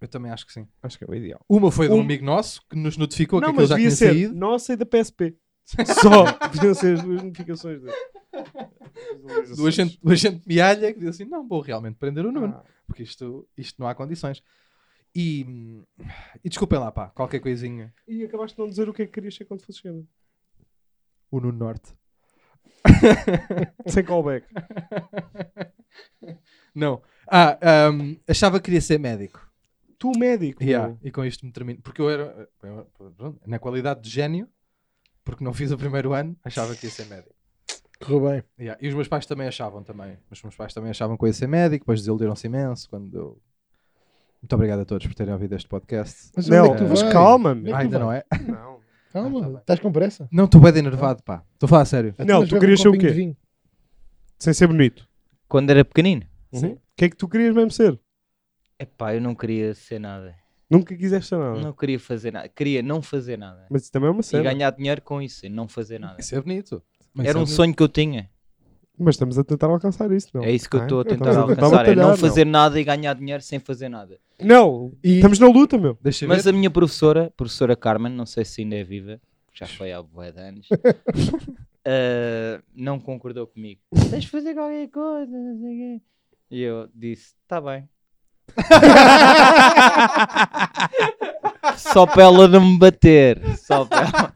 [SPEAKER 2] Eu também acho que sim.
[SPEAKER 1] acho que é o ideal.
[SPEAKER 2] Uma foi de um
[SPEAKER 1] Uma-
[SPEAKER 2] amigo nosso que nos notificou
[SPEAKER 1] não,
[SPEAKER 2] que aquilo
[SPEAKER 1] mas
[SPEAKER 2] já
[SPEAKER 1] devia
[SPEAKER 2] tinha
[SPEAKER 1] ser
[SPEAKER 2] saído.
[SPEAKER 1] nossa e da PSP. Só deviam ser as duas notificações dele. Visualizações.
[SPEAKER 2] Do agente, do agente Mialha que diz assim: Não, vou realmente prender o Nuno,
[SPEAKER 1] Ah,
[SPEAKER 2] porque isto, isto não há condições. E, hum, e desculpem lá, pá, qualquer coisinha.
[SPEAKER 1] E acabaste de não dizer o que é que querias ser quando fosse chegando.
[SPEAKER 2] O Nuno Norte.
[SPEAKER 1] Sem callback.
[SPEAKER 2] Não. Ah, hum, achava que queria ser médico.
[SPEAKER 1] Tu, médico.
[SPEAKER 2] Yeah,
[SPEAKER 1] meu.
[SPEAKER 2] E com isto me termino. Porque eu era, eu- pronto, na qualidade de gênio, porque não fiz o primeiro ano, achava que ia ser médico.
[SPEAKER 3] Correu bem.
[SPEAKER 2] Yeah, E os meus pais também achavam também. Os meus pais também achavam que eu ia ser médico, depois desiludiram-se imenso quando eu... Muito obrigado a todos por terem ouvido este podcast.
[SPEAKER 3] Mas
[SPEAKER 1] Não,
[SPEAKER 3] onde é que tu
[SPEAKER 1] mas
[SPEAKER 3] vais?
[SPEAKER 1] calma, meu.
[SPEAKER 3] Onde é que
[SPEAKER 2] Ah, ainda
[SPEAKER 3] tu vais?
[SPEAKER 2] não é?
[SPEAKER 1] Não.
[SPEAKER 3] Calma, estás com pressa?
[SPEAKER 2] Não, estou bem enervado, pá. Estou a falar a sério.
[SPEAKER 3] Até
[SPEAKER 1] tá Não,
[SPEAKER 3] vais
[SPEAKER 1] tu
[SPEAKER 3] beber
[SPEAKER 1] querias
[SPEAKER 3] um
[SPEAKER 1] ser o
[SPEAKER 3] copinho
[SPEAKER 1] quê?
[SPEAKER 3] de vinho.
[SPEAKER 1] Sem ser bonito.
[SPEAKER 4] Quando era pequenino,
[SPEAKER 1] Uhum. O que é que tu querias mesmo ser?
[SPEAKER 4] epá, eu não queria ser nada.
[SPEAKER 1] Nunca quiseste ser nada.
[SPEAKER 4] Não queria fazer nada. Queria não fazer nada.
[SPEAKER 1] Mas isso também é uma
[SPEAKER 4] E
[SPEAKER 1] cena.
[SPEAKER 4] ganhar dinheiro com isso e não fazer nada.
[SPEAKER 2] Isso é bonito.
[SPEAKER 4] Era um sonho que eu tinha.
[SPEAKER 1] Mas estamos a tentar alcançar isso, não?
[SPEAKER 4] É isso que eu
[SPEAKER 1] Ah,
[SPEAKER 4] estou a tentar
[SPEAKER 1] estamos
[SPEAKER 4] alcançar. é
[SPEAKER 1] batalhar,
[SPEAKER 4] não fazer nada e ganhar dinheiro sem fazer nada.
[SPEAKER 1] Não,
[SPEAKER 3] E-
[SPEAKER 1] estamos na luta, meu.
[SPEAKER 2] Deixa
[SPEAKER 4] Mas é-
[SPEAKER 2] ver.
[SPEAKER 4] a minha professora, professora Carmen, não sei se ainda é viva, já foi há bué de anos, ah, não concordou comigo. Tens de fazer qualquer coisa, não sei o quê. E eu disse, tá bem. Só para ela não me bater. Só para ela.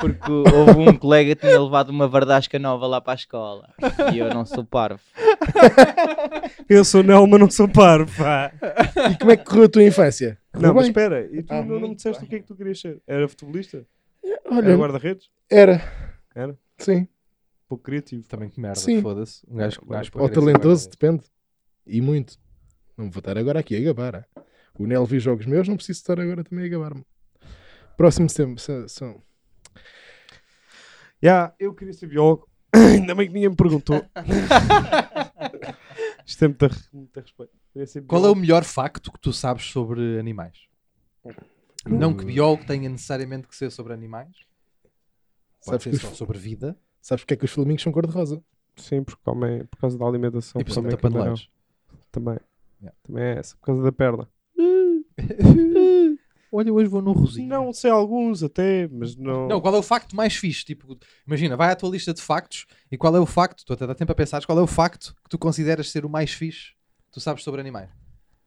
[SPEAKER 4] Porque houve um colega que tinha levado uma verdasca nova lá para a escola. E eu não sou parvo.
[SPEAKER 1] Eu sou não, mas não sou paro, pá.
[SPEAKER 3] E como é que correu a tua infância? Correu
[SPEAKER 1] Não, mas
[SPEAKER 3] bem?
[SPEAKER 1] espera, e tu
[SPEAKER 3] Ah,
[SPEAKER 1] não, não me
[SPEAKER 3] muito
[SPEAKER 1] disseste
[SPEAKER 3] bem.
[SPEAKER 1] o que é que tu querias ser? Era futebolista? Era
[SPEAKER 3] Olha,
[SPEAKER 1] guarda-redes?
[SPEAKER 3] era.
[SPEAKER 1] Era?
[SPEAKER 3] Sim.
[SPEAKER 1] Pouco criativo.
[SPEAKER 2] Também que merda,
[SPEAKER 3] Sim.
[SPEAKER 2] foda-se. Um gajo, um gajo para
[SPEAKER 3] Ou
[SPEAKER 2] querer ser guarda-redes.
[SPEAKER 3] talentoso, depende. E muito. Não vou estar agora aqui a gabar. ah. O Nel viu jogos meus, não preciso estar agora também a gabar-me. Próximo tempo são- são.
[SPEAKER 1] Já, eu queria ser biólogo. Ainda bem que ninguém me perguntou. Isto é muito, re- muito respeito. Queria ser
[SPEAKER 2] Qual é o
[SPEAKER 1] biólogo.
[SPEAKER 2] melhor facto que tu sabes sobre animais? Não que biólogo tenha necessariamente que ser sobre animais. Pode
[SPEAKER 3] Sabes
[SPEAKER 2] ser
[SPEAKER 3] que,
[SPEAKER 2] só
[SPEAKER 3] os-
[SPEAKER 2] sobre vida
[SPEAKER 3] sabes porque é que os flamingos são cor-de-rosa?
[SPEAKER 1] Sim, porque comem por causa da
[SPEAKER 2] Tipo,
[SPEAKER 1] alimentação.
[SPEAKER 2] e por causa
[SPEAKER 1] comem
[SPEAKER 2] da
[SPEAKER 1] camarão.
[SPEAKER 2] paneleiros.
[SPEAKER 1] Também.
[SPEAKER 2] Yeah.
[SPEAKER 1] Também é essa, por causa da perna.
[SPEAKER 2] Olha, hoje vou no Rosinha.
[SPEAKER 1] Não sei alguns até, mas não.
[SPEAKER 2] Não, qual é o facto mais fixe? Tipo, imagina, vai à tua lista de factos e qual é o facto? Estou até a dar tempo a pensar qual é o facto que tu consideras ser o mais fixe que tu sabes sobre animais.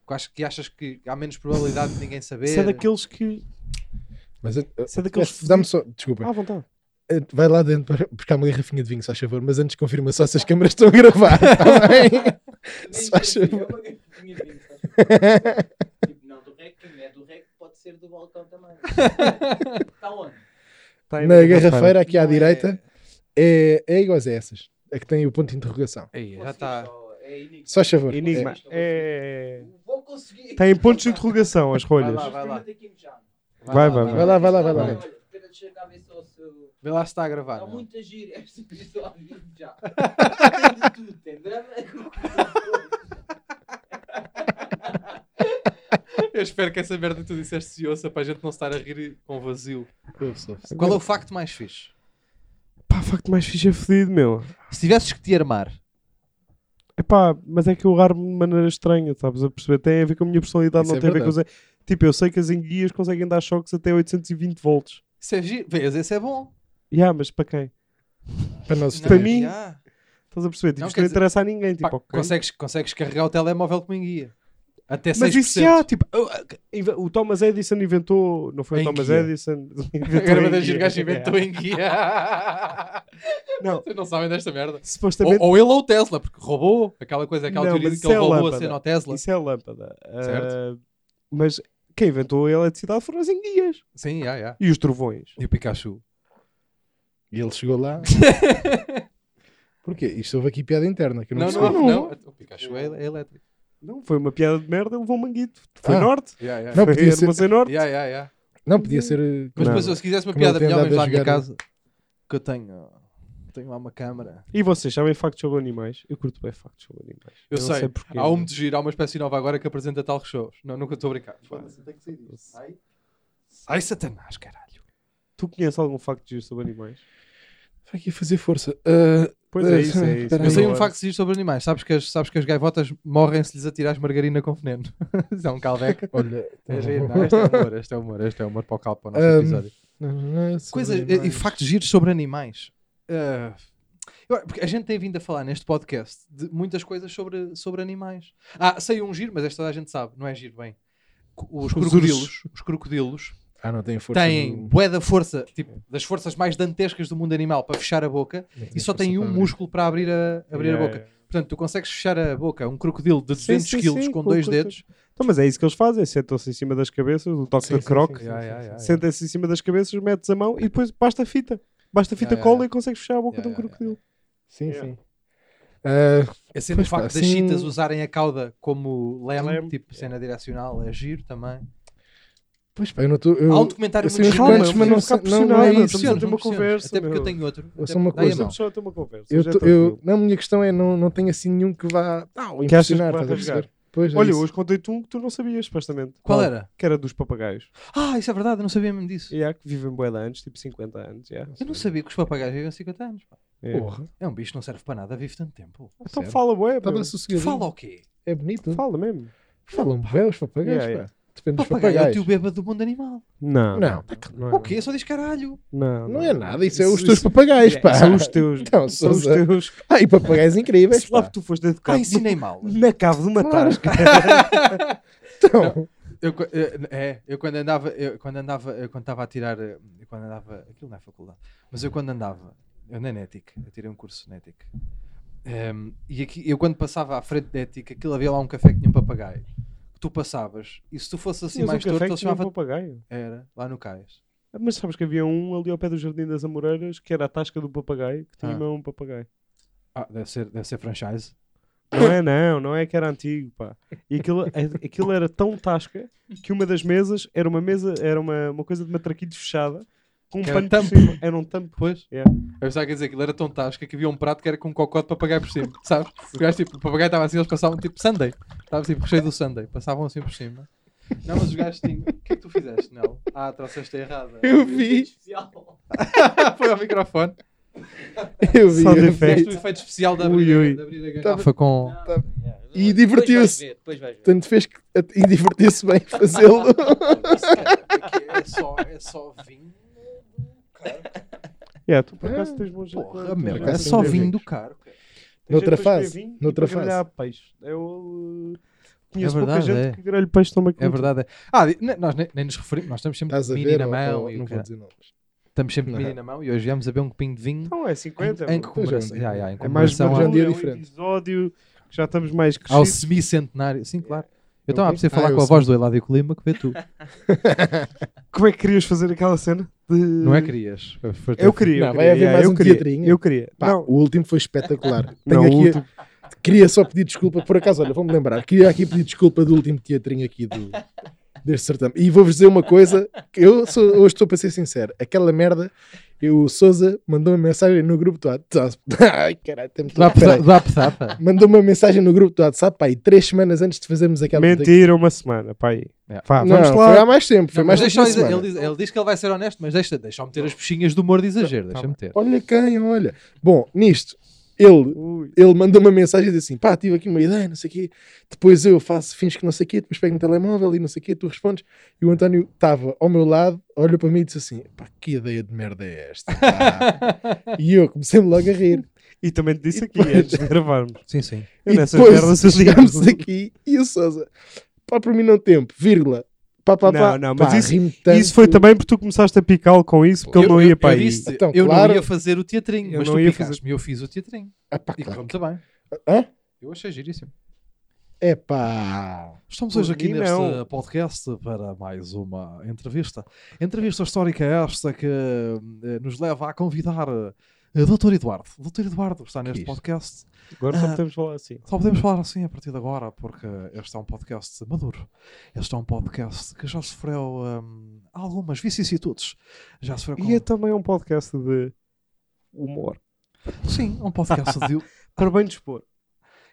[SPEAKER 2] Que acho- Que achas que há menos probabilidade de ninguém saber.
[SPEAKER 1] Se é daqueles que.
[SPEAKER 3] Mas eh,
[SPEAKER 1] Se é daqueles. Ah,
[SPEAKER 3] eh, dá-me só. Desculpa.
[SPEAKER 1] À vontade.
[SPEAKER 3] Eh, Vai lá dentro para buscar uma garrafinha de vinho, se faz favor. Mas antes confirma só se as câmaras estão a gravar. tá bem? Se faz
[SPEAKER 4] é
[SPEAKER 3] favor.
[SPEAKER 4] Tipo, não do rec, quem é do rec pode ser do balcão também. Está onde?
[SPEAKER 1] Tá aí
[SPEAKER 3] Na
[SPEAKER 1] na-
[SPEAKER 3] garrafeira aqui à
[SPEAKER 2] Não é-
[SPEAKER 3] direita é, é igual a essas. É que tem o ponto de interrogação.
[SPEAKER 2] Ei, já tá. está.
[SPEAKER 4] É enigma.
[SPEAKER 3] Se faz favor.
[SPEAKER 1] Enigma. É.
[SPEAKER 3] É,
[SPEAKER 4] Vou conseguir.
[SPEAKER 1] Tem Tá pontos de interrogação as
[SPEAKER 2] Vai
[SPEAKER 1] rolhas.
[SPEAKER 2] lá, vai lá.
[SPEAKER 1] Vai, vai,
[SPEAKER 3] vai lá, vai lá, vai lá.
[SPEAKER 4] Olha, espera, deixa eu cá ver só se eu-
[SPEAKER 2] Vê lá se está a gravar.
[SPEAKER 4] Está
[SPEAKER 2] não.
[SPEAKER 4] É muito a giro este episódio já. tem de tudo, tem drama.
[SPEAKER 2] Eu espero que essa merda que tu disseste se ouça para a gente não estar a rir com vazio.
[SPEAKER 3] ouve-se, ouve-se.
[SPEAKER 2] Qual é o facto mais fixe?
[SPEAKER 1] Pá, facto mais fixe é fedido, meu.
[SPEAKER 2] Se tivesses que te armar,
[SPEAKER 1] Epá, mas é que eu armo de maneira estranha, sabes a perceber? Tem a ver com a minha personalidade,
[SPEAKER 3] Isso
[SPEAKER 1] não
[SPEAKER 3] é
[SPEAKER 1] tem a ver com os... Tipo, eu sei que as enguias conseguem dar choques até 820 volts.
[SPEAKER 2] se é giro. Vês, esse é bom.
[SPEAKER 1] Ya, yeah, mas para quem?
[SPEAKER 3] Para nós os
[SPEAKER 2] Não,
[SPEAKER 1] Para
[SPEAKER 3] três.
[SPEAKER 1] mim-
[SPEAKER 2] já.
[SPEAKER 1] Estás a perceber? Tipo,
[SPEAKER 2] Não,
[SPEAKER 1] isto
[SPEAKER 2] quer
[SPEAKER 1] não
[SPEAKER 2] dizer-
[SPEAKER 1] interessa a ninguém.
[SPEAKER 2] Pá,
[SPEAKER 1] Tipo, ok.
[SPEAKER 2] consegues, consegues carregar o telemóvel como enguia. Até 6%.
[SPEAKER 1] Mas isso já, tipo, eu- eu- o Thomas Edison inventou. Não foi
[SPEAKER 2] A
[SPEAKER 1] o Thomas
[SPEAKER 2] enguia.
[SPEAKER 1] Edison?
[SPEAKER 2] A
[SPEAKER 1] Inventou
[SPEAKER 2] grama
[SPEAKER 1] a
[SPEAKER 2] das
[SPEAKER 1] enguia.
[SPEAKER 2] gajas inventou enguia.
[SPEAKER 1] Não.
[SPEAKER 2] Vocês não sabem desta merda.
[SPEAKER 1] Supostamente.
[SPEAKER 2] Ou, ou ele ou o Tesla, porque roubou aquela coisa, aquela
[SPEAKER 1] Não,
[SPEAKER 2] teoria
[SPEAKER 1] mas
[SPEAKER 2] de que ele
[SPEAKER 1] isso é
[SPEAKER 2] roubou a
[SPEAKER 1] lâmpada.
[SPEAKER 2] cena ao Tesla.
[SPEAKER 1] Isso é a lâmpada. Ah,
[SPEAKER 2] Certo.
[SPEAKER 1] mas quem inventou a eletricidade foram as enguias.
[SPEAKER 2] Sim, já, já.
[SPEAKER 1] E os trovões.
[SPEAKER 2] E o Pikachu.
[SPEAKER 3] E ele chegou lá. Porquê? Isto houve aqui piada interna. Que eu não,
[SPEAKER 2] Não,
[SPEAKER 3] percebi.
[SPEAKER 2] não,
[SPEAKER 1] percebi.
[SPEAKER 2] não, O Pikachu é, é elétrico.
[SPEAKER 1] Não, foi uma piada de merda, levou um manguito. Foi
[SPEAKER 3] Ah.
[SPEAKER 1] norte.
[SPEAKER 2] Já, já.
[SPEAKER 3] Não,
[SPEAKER 1] Foi
[SPEAKER 3] podia ser-
[SPEAKER 1] Hermosa e é norte.
[SPEAKER 2] Já, já, já.
[SPEAKER 3] Não, podia ser. eh,
[SPEAKER 2] Mas
[SPEAKER 1] Não.
[SPEAKER 2] depois, eu, se quisesse uma
[SPEAKER 3] Como ele
[SPEAKER 2] piada
[SPEAKER 3] tem
[SPEAKER 2] melhor,
[SPEAKER 3] andado
[SPEAKER 2] vamos lá
[SPEAKER 3] a
[SPEAKER 2] à minha
[SPEAKER 3] jogar-
[SPEAKER 2] casa. Que eu tenho. Tenho lá uma câmara.
[SPEAKER 1] E vocês sabem factos sobre animais? Eu curto bem factos sobre animais.
[SPEAKER 2] Eu
[SPEAKER 1] não
[SPEAKER 2] sei.
[SPEAKER 1] porquê,
[SPEAKER 2] Há um
[SPEAKER 1] mas-
[SPEAKER 2] de giro, há uma espécie nova agora que apresenta tal shows. Não, nunca estou a brincar. Sai. Sai, Satanás, caralho.
[SPEAKER 1] Tu conheces algum facto giro sobre animais?
[SPEAKER 3] Vai aqui fazer força. Ah,
[SPEAKER 1] Pois
[SPEAKER 3] Eh,
[SPEAKER 1] é, isso é isso.
[SPEAKER 3] espera
[SPEAKER 2] Eu sei um
[SPEAKER 1] Agora.
[SPEAKER 2] facto giro sobre animais. Sabes que as, sabes que as gaivotas morrem se lhes atirares margarina com veneno. Isso é um caldeco.
[SPEAKER 3] olha.
[SPEAKER 2] É giro, não? Este é humor, este é humor, este é humor para o caldo, para o nosso
[SPEAKER 3] Ahm,
[SPEAKER 2] episódio.
[SPEAKER 3] Não, não, não, sobre
[SPEAKER 2] Coisas, e, e
[SPEAKER 3] animais.
[SPEAKER 2] factos giros sobre animais. Ah, eu- porque a gente tem vindo a falar neste podcast de muitas coisas sobre, sobre animais. Ah, sei um giro, mas esta toda a gente sabe, não é giro, bem. Co- Os
[SPEAKER 1] Os
[SPEAKER 2] crocodilos, os crocodilos
[SPEAKER 3] Ah, não, tem força.
[SPEAKER 2] têm
[SPEAKER 3] do-
[SPEAKER 2] bué da força, tipo, das forças mais dantescas do mundo animal para fechar a boca
[SPEAKER 3] não
[SPEAKER 2] e só
[SPEAKER 3] força
[SPEAKER 2] têm
[SPEAKER 3] para
[SPEAKER 2] um
[SPEAKER 3] abrir.
[SPEAKER 2] músculo para abrir a, abrir
[SPEAKER 1] Yeah,
[SPEAKER 2] a boca. Portanto, tu consegues fechar a boca a um crocodilo de
[SPEAKER 1] Sim,
[SPEAKER 2] 200
[SPEAKER 1] sim,
[SPEAKER 2] quilos
[SPEAKER 1] sim,
[SPEAKER 2] com
[SPEAKER 1] com-
[SPEAKER 2] dois
[SPEAKER 1] com-
[SPEAKER 2] dedos.
[SPEAKER 1] Então, mas é isso que eles fazem. Sentam-se em cima das cabeças, o toque
[SPEAKER 3] Sim,
[SPEAKER 1] de
[SPEAKER 3] sim,
[SPEAKER 1] croque.
[SPEAKER 3] sim, sim, sim, sim.
[SPEAKER 1] Sentem-se em cima das cabeças, metes a mão e depois basta a fita. Basta a fita
[SPEAKER 2] Ya, ya,
[SPEAKER 1] cola
[SPEAKER 2] ya.
[SPEAKER 1] e consegues fechar a boca
[SPEAKER 2] Ya,
[SPEAKER 1] de um
[SPEAKER 2] ya, ya,
[SPEAKER 1] crocodilo.
[SPEAKER 3] Sim,
[SPEAKER 2] É.
[SPEAKER 1] Yeah.
[SPEAKER 3] sim. Ah,
[SPEAKER 2] A cena
[SPEAKER 3] Pois
[SPEAKER 2] do facto
[SPEAKER 3] pá,
[SPEAKER 2] das
[SPEAKER 3] sim.
[SPEAKER 2] citas usarem a cauda como leme,
[SPEAKER 1] Leme,
[SPEAKER 2] tipo cena direcional, é giro também.
[SPEAKER 3] pois pá, eu não estou.
[SPEAKER 2] Há um
[SPEAKER 3] Eu,
[SPEAKER 2] documentário
[SPEAKER 3] eu sei
[SPEAKER 2] muito
[SPEAKER 3] uns
[SPEAKER 2] giro.
[SPEAKER 1] Calma,
[SPEAKER 3] quantos, mas não
[SPEAKER 1] vamos
[SPEAKER 3] sei.
[SPEAKER 1] ficar
[SPEAKER 3] Não, não é
[SPEAKER 1] pressionados,
[SPEAKER 3] isso.
[SPEAKER 1] estamos a ter uma
[SPEAKER 2] 100%,
[SPEAKER 1] conversa,
[SPEAKER 2] Até porque
[SPEAKER 1] meu.
[SPEAKER 2] eu tenho outro.
[SPEAKER 3] Eu
[SPEAKER 2] Até
[SPEAKER 3] sou uma
[SPEAKER 2] porque- dá aí a
[SPEAKER 3] coisa.
[SPEAKER 2] mão.
[SPEAKER 1] Só ter uma conversa.
[SPEAKER 3] Eu
[SPEAKER 1] já
[SPEAKER 3] tô-
[SPEAKER 1] tô-
[SPEAKER 3] eu- não, a minha questão é: não, não tenho assim nenhum que vá. Não,
[SPEAKER 1] Que achas que vai
[SPEAKER 3] impressionar, estás a
[SPEAKER 1] rasgar?
[SPEAKER 3] perceber? Pois, é
[SPEAKER 1] Olha,
[SPEAKER 3] isso.
[SPEAKER 1] hoje contei-te um que tu não sabias, supostamente.
[SPEAKER 2] Qual era?
[SPEAKER 1] Que era dos papagaios.
[SPEAKER 2] Ah, isso é verdade, eu não sabia mesmo disso.
[SPEAKER 1] E há que vivem bué de anos, tipo 50 anos. já.
[SPEAKER 2] Eu não sabia que os papagaios vivem 50 anos. pá.
[SPEAKER 1] É.
[SPEAKER 3] Porra,
[SPEAKER 2] É um bicho que não serve para nada, vive tanto tempo.
[SPEAKER 1] Então
[SPEAKER 3] sério?
[SPEAKER 1] fala, bué,
[SPEAKER 3] estava
[SPEAKER 1] meu.
[SPEAKER 3] sossegadinho.
[SPEAKER 2] Fala o quê?
[SPEAKER 3] É bonito.
[SPEAKER 1] Fala mesmo.
[SPEAKER 3] Falam bem os papagaios,
[SPEAKER 1] Yeah, yeah.
[SPEAKER 3] pá. Depende dos
[SPEAKER 2] Papagaio é o
[SPEAKER 3] papagaios.
[SPEAKER 2] tio bêbado do mundo animal.
[SPEAKER 1] Não.
[SPEAKER 3] Não, é
[SPEAKER 1] não é
[SPEAKER 2] O quê? Só diz caralho.
[SPEAKER 1] Não,
[SPEAKER 3] não é nada, isso é os teus papagaios, pá.
[SPEAKER 1] São é os é teus.
[SPEAKER 3] Então,
[SPEAKER 1] são os
[SPEAKER 3] Sousa.
[SPEAKER 1] teus.
[SPEAKER 3] Ah, e papagaios incríveis,
[SPEAKER 1] Se lá
[SPEAKER 3] pá.
[SPEAKER 1] tu foste educado
[SPEAKER 2] Ah, ensinei mal.
[SPEAKER 1] na cave de uma
[SPEAKER 3] é Claro.
[SPEAKER 1] tasca.
[SPEAKER 3] Então,
[SPEAKER 2] Eu, co- eh, é, eu quando andava, eu quando andava, eu quando estava a tirar, eh, eu quando andava, aquilo não é faculdade, mas eu quando andava, eu na Nétic, eu tirei um curso de Nétic, Ehm, e aqui, eu quando passava à frente da Nétic, aquilo havia lá um café que tinha um papagaio, que tu passavas, e se tu fosse
[SPEAKER 3] é
[SPEAKER 2] assim
[SPEAKER 1] Tinhas um
[SPEAKER 2] mais
[SPEAKER 1] café
[SPEAKER 2] torto,
[SPEAKER 1] que
[SPEAKER 2] ele
[SPEAKER 1] tinha um
[SPEAKER 2] chamava,
[SPEAKER 1] papagaio.
[SPEAKER 2] era, lá no Cais.
[SPEAKER 1] Mas sabes que havia um ali ao pé do Jardim das Amoreiras que era a tasca do papagaio, que tinha
[SPEAKER 2] Ah.
[SPEAKER 1] um papagaio.
[SPEAKER 2] Ah, deve ser, deve ser franchise.
[SPEAKER 1] Não é, não, não é que era antigo, pá. E aquilo, a- aquilo era tão tasca que uma das mesas era uma mesa, era uma, uma coisa de matraquilhos fechada com um
[SPEAKER 2] Era
[SPEAKER 1] pano
[SPEAKER 2] tampo.
[SPEAKER 1] por cima. Era um tampo.
[SPEAKER 2] Pois,
[SPEAKER 1] Yeah.
[SPEAKER 2] eu pensava que ia dizer, aquilo era tão tasca que havia um prato que era com um cocó de papagaio por cima, sabes? O gajo, tipo, o papagaio estava assim, eles passavam tipo Sunday, estava tipo cheio do Sunday, passavam assim por cima. Não, mas os gajos tinham. O que é que tu fizeste, Nel? Ah, trouxeste errada.
[SPEAKER 3] eu vi.
[SPEAKER 2] Foi ao microfone.
[SPEAKER 3] Eu vi.
[SPEAKER 1] Sound
[SPEAKER 3] eu vi.
[SPEAKER 1] effect.
[SPEAKER 2] Fizeste o efeito especial de
[SPEAKER 1] Ui,
[SPEAKER 2] abrir,
[SPEAKER 1] ui.
[SPEAKER 2] de abrir a garrafa com.
[SPEAKER 3] E divertiu-se. Então,
[SPEAKER 4] Depois vais ver.
[SPEAKER 3] Tanto fez que, e divertiu-se bem em fazê-lo.
[SPEAKER 2] É só, é só vinho.
[SPEAKER 1] Yeah, tu por acaso tens bons
[SPEAKER 2] Porra, meu,
[SPEAKER 3] acaso
[SPEAKER 2] é
[SPEAKER 3] tem
[SPEAKER 2] só
[SPEAKER 3] dois
[SPEAKER 2] vinho
[SPEAKER 3] vinhos.
[SPEAKER 2] do caro.
[SPEAKER 3] Noutra fase, noutra fase.
[SPEAKER 1] peixe. Eu uh, conheço
[SPEAKER 2] É
[SPEAKER 1] pouca
[SPEAKER 2] verdade,
[SPEAKER 1] gente
[SPEAKER 2] é.
[SPEAKER 1] que grelha peixe toma
[SPEAKER 2] É verdade. é. Ah, di- ne- nós nem, nem nos referimos, nós estamos sempre
[SPEAKER 3] Estás
[SPEAKER 2] de
[SPEAKER 3] a
[SPEAKER 2] mini
[SPEAKER 3] ver?
[SPEAKER 2] na
[SPEAKER 3] ou-
[SPEAKER 2] mão.
[SPEAKER 3] ou
[SPEAKER 2] e o
[SPEAKER 3] não vou
[SPEAKER 2] caralho.
[SPEAKER 3] dizer nomes.
[SPEAKER 2] Estamos sempre de
[SPEAKER 3] Não.
[SPEAKER 2] mini na mão e hoje viemos a beber um copinho de vinho.
[SPEAKER 1] Então é 50.
[SPEAKER 2] Em
[SPEAKER 1] mano.
[SPEAKER 2] comemoração,
[SPEAKER 3] é um-
[SPEAKER 2] já, já, em
[SPEAKER 1] é mais
[SPEAKER 2] comemoração
[SPEAKER 3] um
[SPEAKER 1] maduro,
[SPEAKER 3] dia
[SPEAKER 1] é um
[SPEAKER 3] diferente.
[SPEAKER 1] episódio que já estamos mais
[SPEAKER 2] ao, ao
[SPEAKER 1] crescidos.
[SPEAKER 2] semicentenário. Sim, claro. Eu estava a
[SPEAKER 3] quê?
[SPEAKER 2] precisar falar
[SPEAKER 3] Ah,
[SPEAKER 2] com a
[SPEAKER 3] eu
[SPEAKER 2] voz do Eladio Colima que vê tu.
[SPEAKER 1] Como é que querias fazer aquela cena? De...
[SPEAKER 2] Não é querias? Foste-
[SPEAKER 1] Eu queria.
[SPEAKER 3] Não,
[SPEAKER 1] eu
[SPEAKER 3] vai
[SPEAKER 1] queria,
[SPEAKER 3] haver
[SPEAKER 1] yeah,
[SPEAKER 3] mais
[SPEAKER 1] eu
[SPEAKER 3] um
[SPEAKER 1] queria,
[SPEAKER 3] teatrinho.
[SPEAKER 1] Eu queria.
[SPEAKER 3] Pá,
[SPEAKER 1] não,
[SPEAKER 3] o último foi espetacular.
[SPEAKER 1] não,
[SPEAKER 3] Tenho
[SPEAKER 1] o
[SPEAKER 3] aqui,
[SPEAKER 1] último-
[SPEAKER 3] Queria só pedir desculpa, por acaso, olha, vou-me lembrar. Queria aqui pedir desculpa do último teatrinho aqui do, deste certame. E vou-vos dizer uma coisa, que eu sou- hoje estou para ser sincero. Aquela merda, eu, o Souza mandou uma mensagem no grupo do WhatsApp. Ai, caralho, tem muito
[SPEAKER 2] Dá
[SPEAKER 3] peraí.
[SPEAKER 2] pesa- dá pesapa.
[SPEAKER 3] Mandou uma mensagem no grupo do WhatsApp, pá, e três semanas antes de fazermos aquela...
[SPEAKER 1] Mentira, uma semana. Pá, aí.
[SPEAKER 2] É.
[SPEAKER 1] Pá,
[SPEAKER 3] Não,
[SPEAKER 1] vamos lá.
[SPEAKER 3] foi há mais tempo, foi
[SPEAKER 2] Não,
[SPEAKER 3] mais
[SPEAKER 2] mas
[SPEAKER 3] tempo
[SPEAKER 2] deixa
[SPEAKER 3] uma
[SPEAKER 2] ele,
[SPEAKER 3] semana.
[SPEAKER 2] ele diz, ele diz que ele vai ser honesto, mas deixa, deixa-me ter as puxinhas do humor de exagero. Deixa-me ter.
[SPEAKER 3] Olha quem, olha. Bom, nisto, ele
[SPEAKER 1] Ui,
[SPEAKER 3] ele mandou uma mensagem e disse assim: pá, tive aqui uma ideia, não sei o quê. Depois eu faço fins que não sei o quê, depois pego no telemóvel e não sei o quê, tu respondes. E o António estava ao meu lado, olhou para mim e disse assim: pá, que ideia de merda é esta? pá?" e eu comecei-me logo a rir.
[SPEAKER 1] E também te disse
[SPEAKER 3] E
[SPEAKER 1] aqui antes de gravarmos.
[SPEAKER 2] Sim, sim.
[SPEAKER 1] Eu
[SPEAKER 3] e
[SPEAKER 1] nessas merdas eu
[SPEAKER 3] depois
[SPEAKER 1] digo.
[SPEAKER 3] chegámos aqui e o Sousa, pá, por mim não tempo, vírgula, pá, pá,
[SPEAKER 1] Não,
[SPEAKER 3] pá.
[SPEAKER 1] não, mas
[SPEAKER 3] Pá,
[SPEAKER 1] isso-
[SPEAKER 3] ri-me tanto.
[SPEAKER 1] Isso foi também porque tu começaste a picá-lo com isso, porque ele não ia para aí.
[SPEAKER 2] disse,
[SPEAKER 3] Então,
[SPEAKER 2] eu
[SPEAKER 3] claro.
[SPEAKER 2] não ia fazer o teatrinho,
[SPEAKER 1] Eu
[SPEAKER 2] mas
[SPEAKER 1] não
[SPEAKER 2] tu
[SPEAKER 1] ia
[SPEAKER 2] picaste-me e eu fiz o teatrinho.
[SPEAKER 3] Ah, pá,
[SPEAKER 2] E
[SPEAKER 3] claro.
[SPEAKER 2] correu-me bem.
[SPEAKER 3] Hã?
[SPEAKER 2] Eu achei giríssimo.
[SPEAKER 3] É pá.
[SPEAKER 2] Estamos
[SPEAKER 1] Por
[SPEAKER 2] hoje aqui
[SPEAKER 1] mim,
[SPEAKER 2] neste
[SPEAKER 1] não.
[SPEAKER 2] podcast para mais uma entrevista. Entrevista histórica esta que eh, nos leva a convidar eh, Dr. Eduardo. Dr. Eduardo está neste
[SPEAKER 3] isto?
[SPEAKER 2] podcast.
[SPEAKER 1] Agora só
[SPEAKER 2] Ah.
[SPEAKER 1] podemos falar assim.
[SPEAKER 2] Só podemos falar assim a partir de agora, porque este é um podcast maduro. Este é um podcast que já sofreu hum, algumas vicissitudes. Já sofreu com...
[SPEAKER 1] E é também um podcast de humor.
[SPEAKER 2] Sim, é um podcast de...
[SPEAKER 1] Para bem dispor.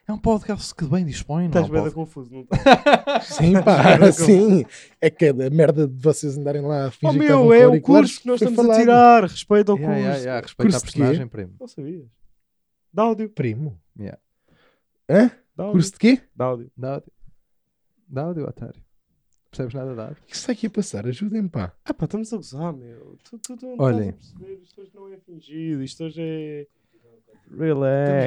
[SPEAKER 2] É um podcast que bem dispõe, não é
[SPEAKER 1] Estás
[SPEAKER 2] um
[SPEAKER 1] bem
[SPEAKER 2] podcast-
[SPEAKER 1] confuso, não tá? estás?
[SPEAKER 3] Sim, pá, sim. É que é da merda de vocês andarem lá a fingir
[SPEAKER 1] Oh
[SPEAKER 3] que
[SPEAKER 1] meu,
[SPEAKER 3] estavam
[SPEAKER 1] é
[SPEAKER 3] com
[SPEAKER 1] o
[SPEAKER 3] auriculares,
[SPEAKER 1] curso que nós
[SPEAKER 3] foi
[SPEAKER 1] estamos a
[SPEAKER 3] falado.
[SPEAKER 1] tirar. Respeito ao
[SPEAKER 2] Yeah,
[SPEAKER 1] curso.
[SPEAKER 2] yeah, yeah, Respeita É, a
[SPEAKER 3] Curso de quê?
[SPEAKER 2] personagem, primo.
[SPEAKER 1] Não sabias? De áudio.
[SPEAKER 3] Primo?
[SPEAKER 2] Yeah.
[SPEAKER 3] Hã?
[SPEAKER 1] De áudio.
[SPEAKER 3] Curso de quê?
[SPEAKER 1] De áudio.
[SPEAKER 2] Dá ódio. Dá ódio, otário. Percebes nada de áudio?
[SPEAKER 3] O que está aqui a passar? Ajudem-me, pá.
[SPEAKER 1] Ah pá, estamos a gozar, meu. Tu, tu, tu não
[SPEAKER 2] Olhem.
[SPEAKER 1] estás a perceber. Isto hoje não é fingido. Isto hoje é...
[SPEAKER 2] Estamos bem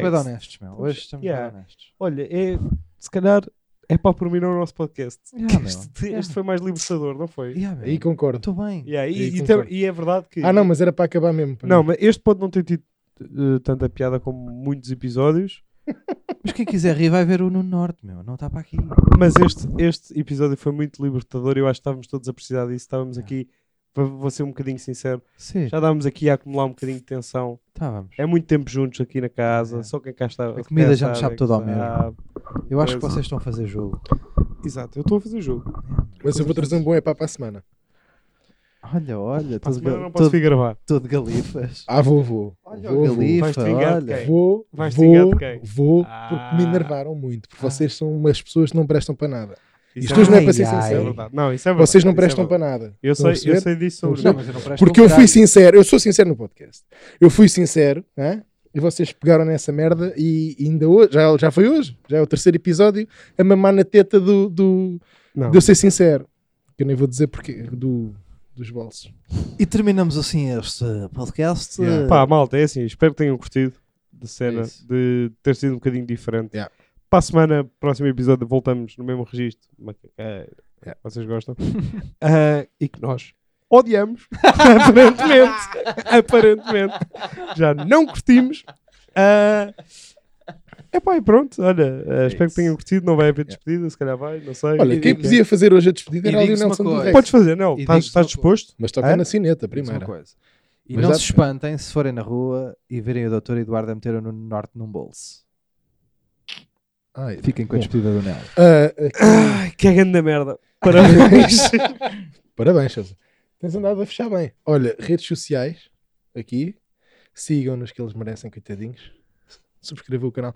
[SPEAKER 1] Relax.
[SPEAKER 2] honestos, meu. Hoje estamos bem
[SPEAKER 1] Yeah.
[SPEAKER 2] honestos.
[SPEAKER 1] Olha, é... Se calhar... É para prominar o nosso podcast.
[SPEAKER 2] Yeah, Ah, meu.
[SPEAKER 1] este,
[SPEAKER 2] Yeah.
[SPEAKER 1] este foi mais libertador, não foi?
[SPEAKER 2] Yeah, meu.
[SPEAKER 3] Aí concordo.
[SPEAKER 2] Estou bem.
[SPEAKER 1] Yeah,
[SPEAKER 3] Aí
[SPEAKER 1] e, e,
[SPEAKER 3] concordo.
[SPEAKER 1] tem- e é verdade É. que.
[SPEAKER 3] Ah, não, mas era para acabar mesmo. pá.
[SPEAKER 1] Não, mas este pode não ter tido eh, tanta piada como muitos episódios,
[SPEAKER 2] Mas quem quiser rir vai ver o Nuno Norte, meu. Não está para aqui.
[SPEAKER 1] mas este, este episódio foi muito libertador. Eu acho que estávamos todos a precisar disso. Estávamos aqui, vou- vou ser um bocadinho sincero,
[SPEAKER 2] Sim, tá,
[SPEAKER 1] já estávamos aqui a acumular um bocadinho de tensão.
[SPEAKER 2] estávamos.
[SPEAKER 1] É muito tempo juntos aqui na casa,
[SPEAKER 2] É.
[SPEAKER 1] só quem cá está.
[SPEAKER 2] A comida
[SPEAKER 1] cá
[SPEAKER 2] já
[SPEAKER 1] sabe,
[SPEAKER 2] nos sabe toda ao
[SPEAKER 1] é que sabe.
[SPEAKER 2] Eu acho que
[SPEAKER 1] Pois.
[SPEAKER 2] vocês estão a fazer jogo.
[SPEAKER 1] Exato, eu estou a fazer jogo.
[SPEAKER 3] Mas eu vou trazer um bom epá para a semana.
[SPEAKER 2] Olha, olha,
[SPEAKER 1] Para a
[SPEAKER 2] todo,
[SPEAKER 1] semana não
[SPEAKER 2] ga-
[SPEAKER 1] posso
[SPEAKER 2] todo,
[SPEAKER 1] vir gravar.
[SPEAKER 2] todo galifas.
[SPEAKER 3] Ah, vou, vou.
[SPEAKER 2] Olha o
[SPEAKER 3] vou, vou.
[SPEAKER 2] galifa,
[SPEAKER 1] Vais-te vingar de
[SPEAKER 2] olha.
[SPEAKER 1] quem?
[SPEAKER 3] Vou,
[SPEAKER 1] Vais
[SPEAKER 3] vou,
[SPEAKER 1] xingar de quem?
[SPEAKER 3] vou,
[SPEAKER 1] Ah.
[SPEAKER 3] porque me enervaram muito. Porque
[SPEAKER 2] Ah.
[SPEAKER 3] vocês são umas pessoas que não prestam para nada. Isto
[SPEAKER 1] é
[SPEAKER 3] hoje não é para
[SPEAKER 2] Ai,
[SPEAKER 3] ser
[SPEAKER 2] ai.
[SPEAKER 1] verdade. Isso é
[SPEAKER 3] sincero.
[SPEAKER 1] verdade. Não, isso é verdade.
[SPEAKER 3] Vocês não
[SPEAKER 1] isso é
[SPEAKER 3] prestam para
[SPEAKER 1] verdade.
[SPEAKER 3] nada.
[SPEAKER 1] Eu
[SPEAKER 3] Estão a
[SPEAKER 1] sei, eu
[SPEAKER 3] perceber?
[SPEAKER 1] sei disso sobre
[SPEAKER 2] Não,
[SPEAKER 1] mim.
[SPEAKER 2] mas eu não presto
[SPEAKER 3] Porque
[SPEAKER 2] um
[SPEAKER 3] eu fui
[SPEAKER 2] caralho.
[SPEAKER 3] sincero, eu sou sincero no podcast. Eu fui sincero, né? e vocês pegaram nessa merda e ainda hoje, já, já foi hoje, já é o terceiro episódio, a mamar na teta do, do,
[SPEAKER 1] Não.
[SPEAKER 3] de eu ser sincero. Que eu nem vou dizer porque, do, dos bolsos.
[SPEAKER 2] E terminamos assim este podcast. eh,
[SPEAKER 3] Yeah.
[SPEAKER 1] Pá, malta, é assim, espero que tenham curtido da cena,
[SPEAKER 2] É isso.
[SPEAKER 1] de ter sido um bocadinho diferente.
[SPEAKER 3] Yeah.
[SPEAKER 1] Para a semana, próximo episódio, voltamos no mesmo registro. Macaqueira.
[SPEAKER 3] Yeah.
[SPEAKER 1] Vocês gostam? Ah, e que nós odiamos, aparentemente. aparentemente. Já não curtimos. Ah, epá, e pronto, olha, ah, espero que
[SPEAKER 2] isso.
[SPEAKER 1] tenham curtido. Não vai haver despedida, se calhar vai, não sei.
[SPEAKER 3] É Olha,
[SPEAKER 2] E
[SPEAKER 3] quem
[SPEAKER 2] digo-
[SPEAKER 3] podia fazer hoje a
[SPEAKER 2] e
[SPEAKER 3] despedida era ali o
[SPEAKER 2] digo-se uma
[SPEAKER 3] Nelson do
[SPEAKER 2] coisa.
[SPEAKER 3] Rex.
[SPEAKER 1] Podes fazer, não?
[SPEAKER 2] E
[SPEAKER 1] Estás,
[SPEAKER 2] digo-se uma
[SPEAKER 1] estás disposto?
[SPEAKER 3] Mas toca
[SPEAKER 1] Hã?
[SPEAKER 3] na sineta
[SPEAKER 2] Diz-me uma
[SPEAKER 3] primeiro.
[SPEAKER 2] coisa. E
[SPEAKER 3] Mas
[SPEAKER 2] não
[SPEAKER 3] dá-
[SPEAKER 2] se espantem se forem na rua e verem o Dr. Eduardo a meter o Nuno Norte num bolso.
[SPEAKER 3] Ai,
[SPEAKER 2] Fiquem com a
[SPEAKER 3] Bom.
[SPEAKER 2] despedida do Nel.
[SPEAKER 3] ah, ah,
[SPEAKER 1] Ai, que é grande merda. Parabéns.
[SPEAKER 3] parabéns, Sousa. Tens andado a fechar bem. Olha, redes sociais, aqui, sigam-nos que eles merecem, coitadinhos. Subscrevam o canal.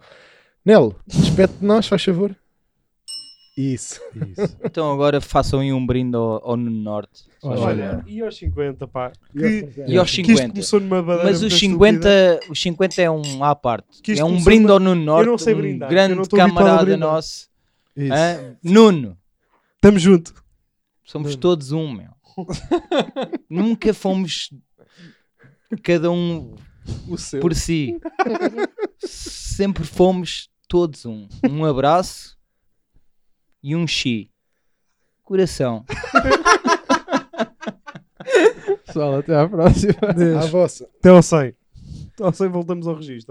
[SPEAKER 3] Nelo, despede de nós, faz favor. Isso.
[SPEAKER 2] Isso.
[SPEAKER 4] Então agora façam aí um brinde ao, ao Nuno Norte.
[SPEAKER 2] Olha.
[SPEAKER 1] E aos 50, pá.
[SPEAKER 3] E aos
[SPEAKER 1] Que,
[SPEAKER 3] 50.
[SPEAKER 4] E aos
[SPEAKER 1] que isto
[SPEAKER 4] 50.
[SPEAKER 1] começou numa bandeira.
[SPEAKER 4] Mas os 50, os 50 é um à parte.
[SPEAKER 1] Que isto
[SPEAKER 4] é um
[SPEAKER 1] começou
[SPEAKER 4] brinde
[SPEAKER 1] uma-
[SPEAKER 4] ao Nuno Norte.
[SPEAKER 1] não sei
[SPEAKER 4] um
[SPEAKER 1] brindar, eu
[SPEAKER 4] grande
[SPEAKER 1] não estou habituado a
[SPEAKER 4] camarada
[SPEAKER 1] brindar.
[SPEAKER 4] nosso.
[SPEAKER 2] Isso.
[SPEAKER 4] Hã? Nuno,
[SPEAKER 1] Estamos junto.
[SPEAKER 4] somos
[SPEAKER 2] Nuno.
[SPEAKER 4] todos um, meu. Nunca fomos cada um
[SPEAKER 2] O seu.
[SPEAKER 4] por si. Sempre fomos todos um. Um abraço e um chi. Coração.
[SPEAKER 2] Pessoal, até à próxima.
[SPEAKER 3] À vossa. Ah,
[SPEAKER 1] Até ao 100. Até ao 100 voltamos ao registro.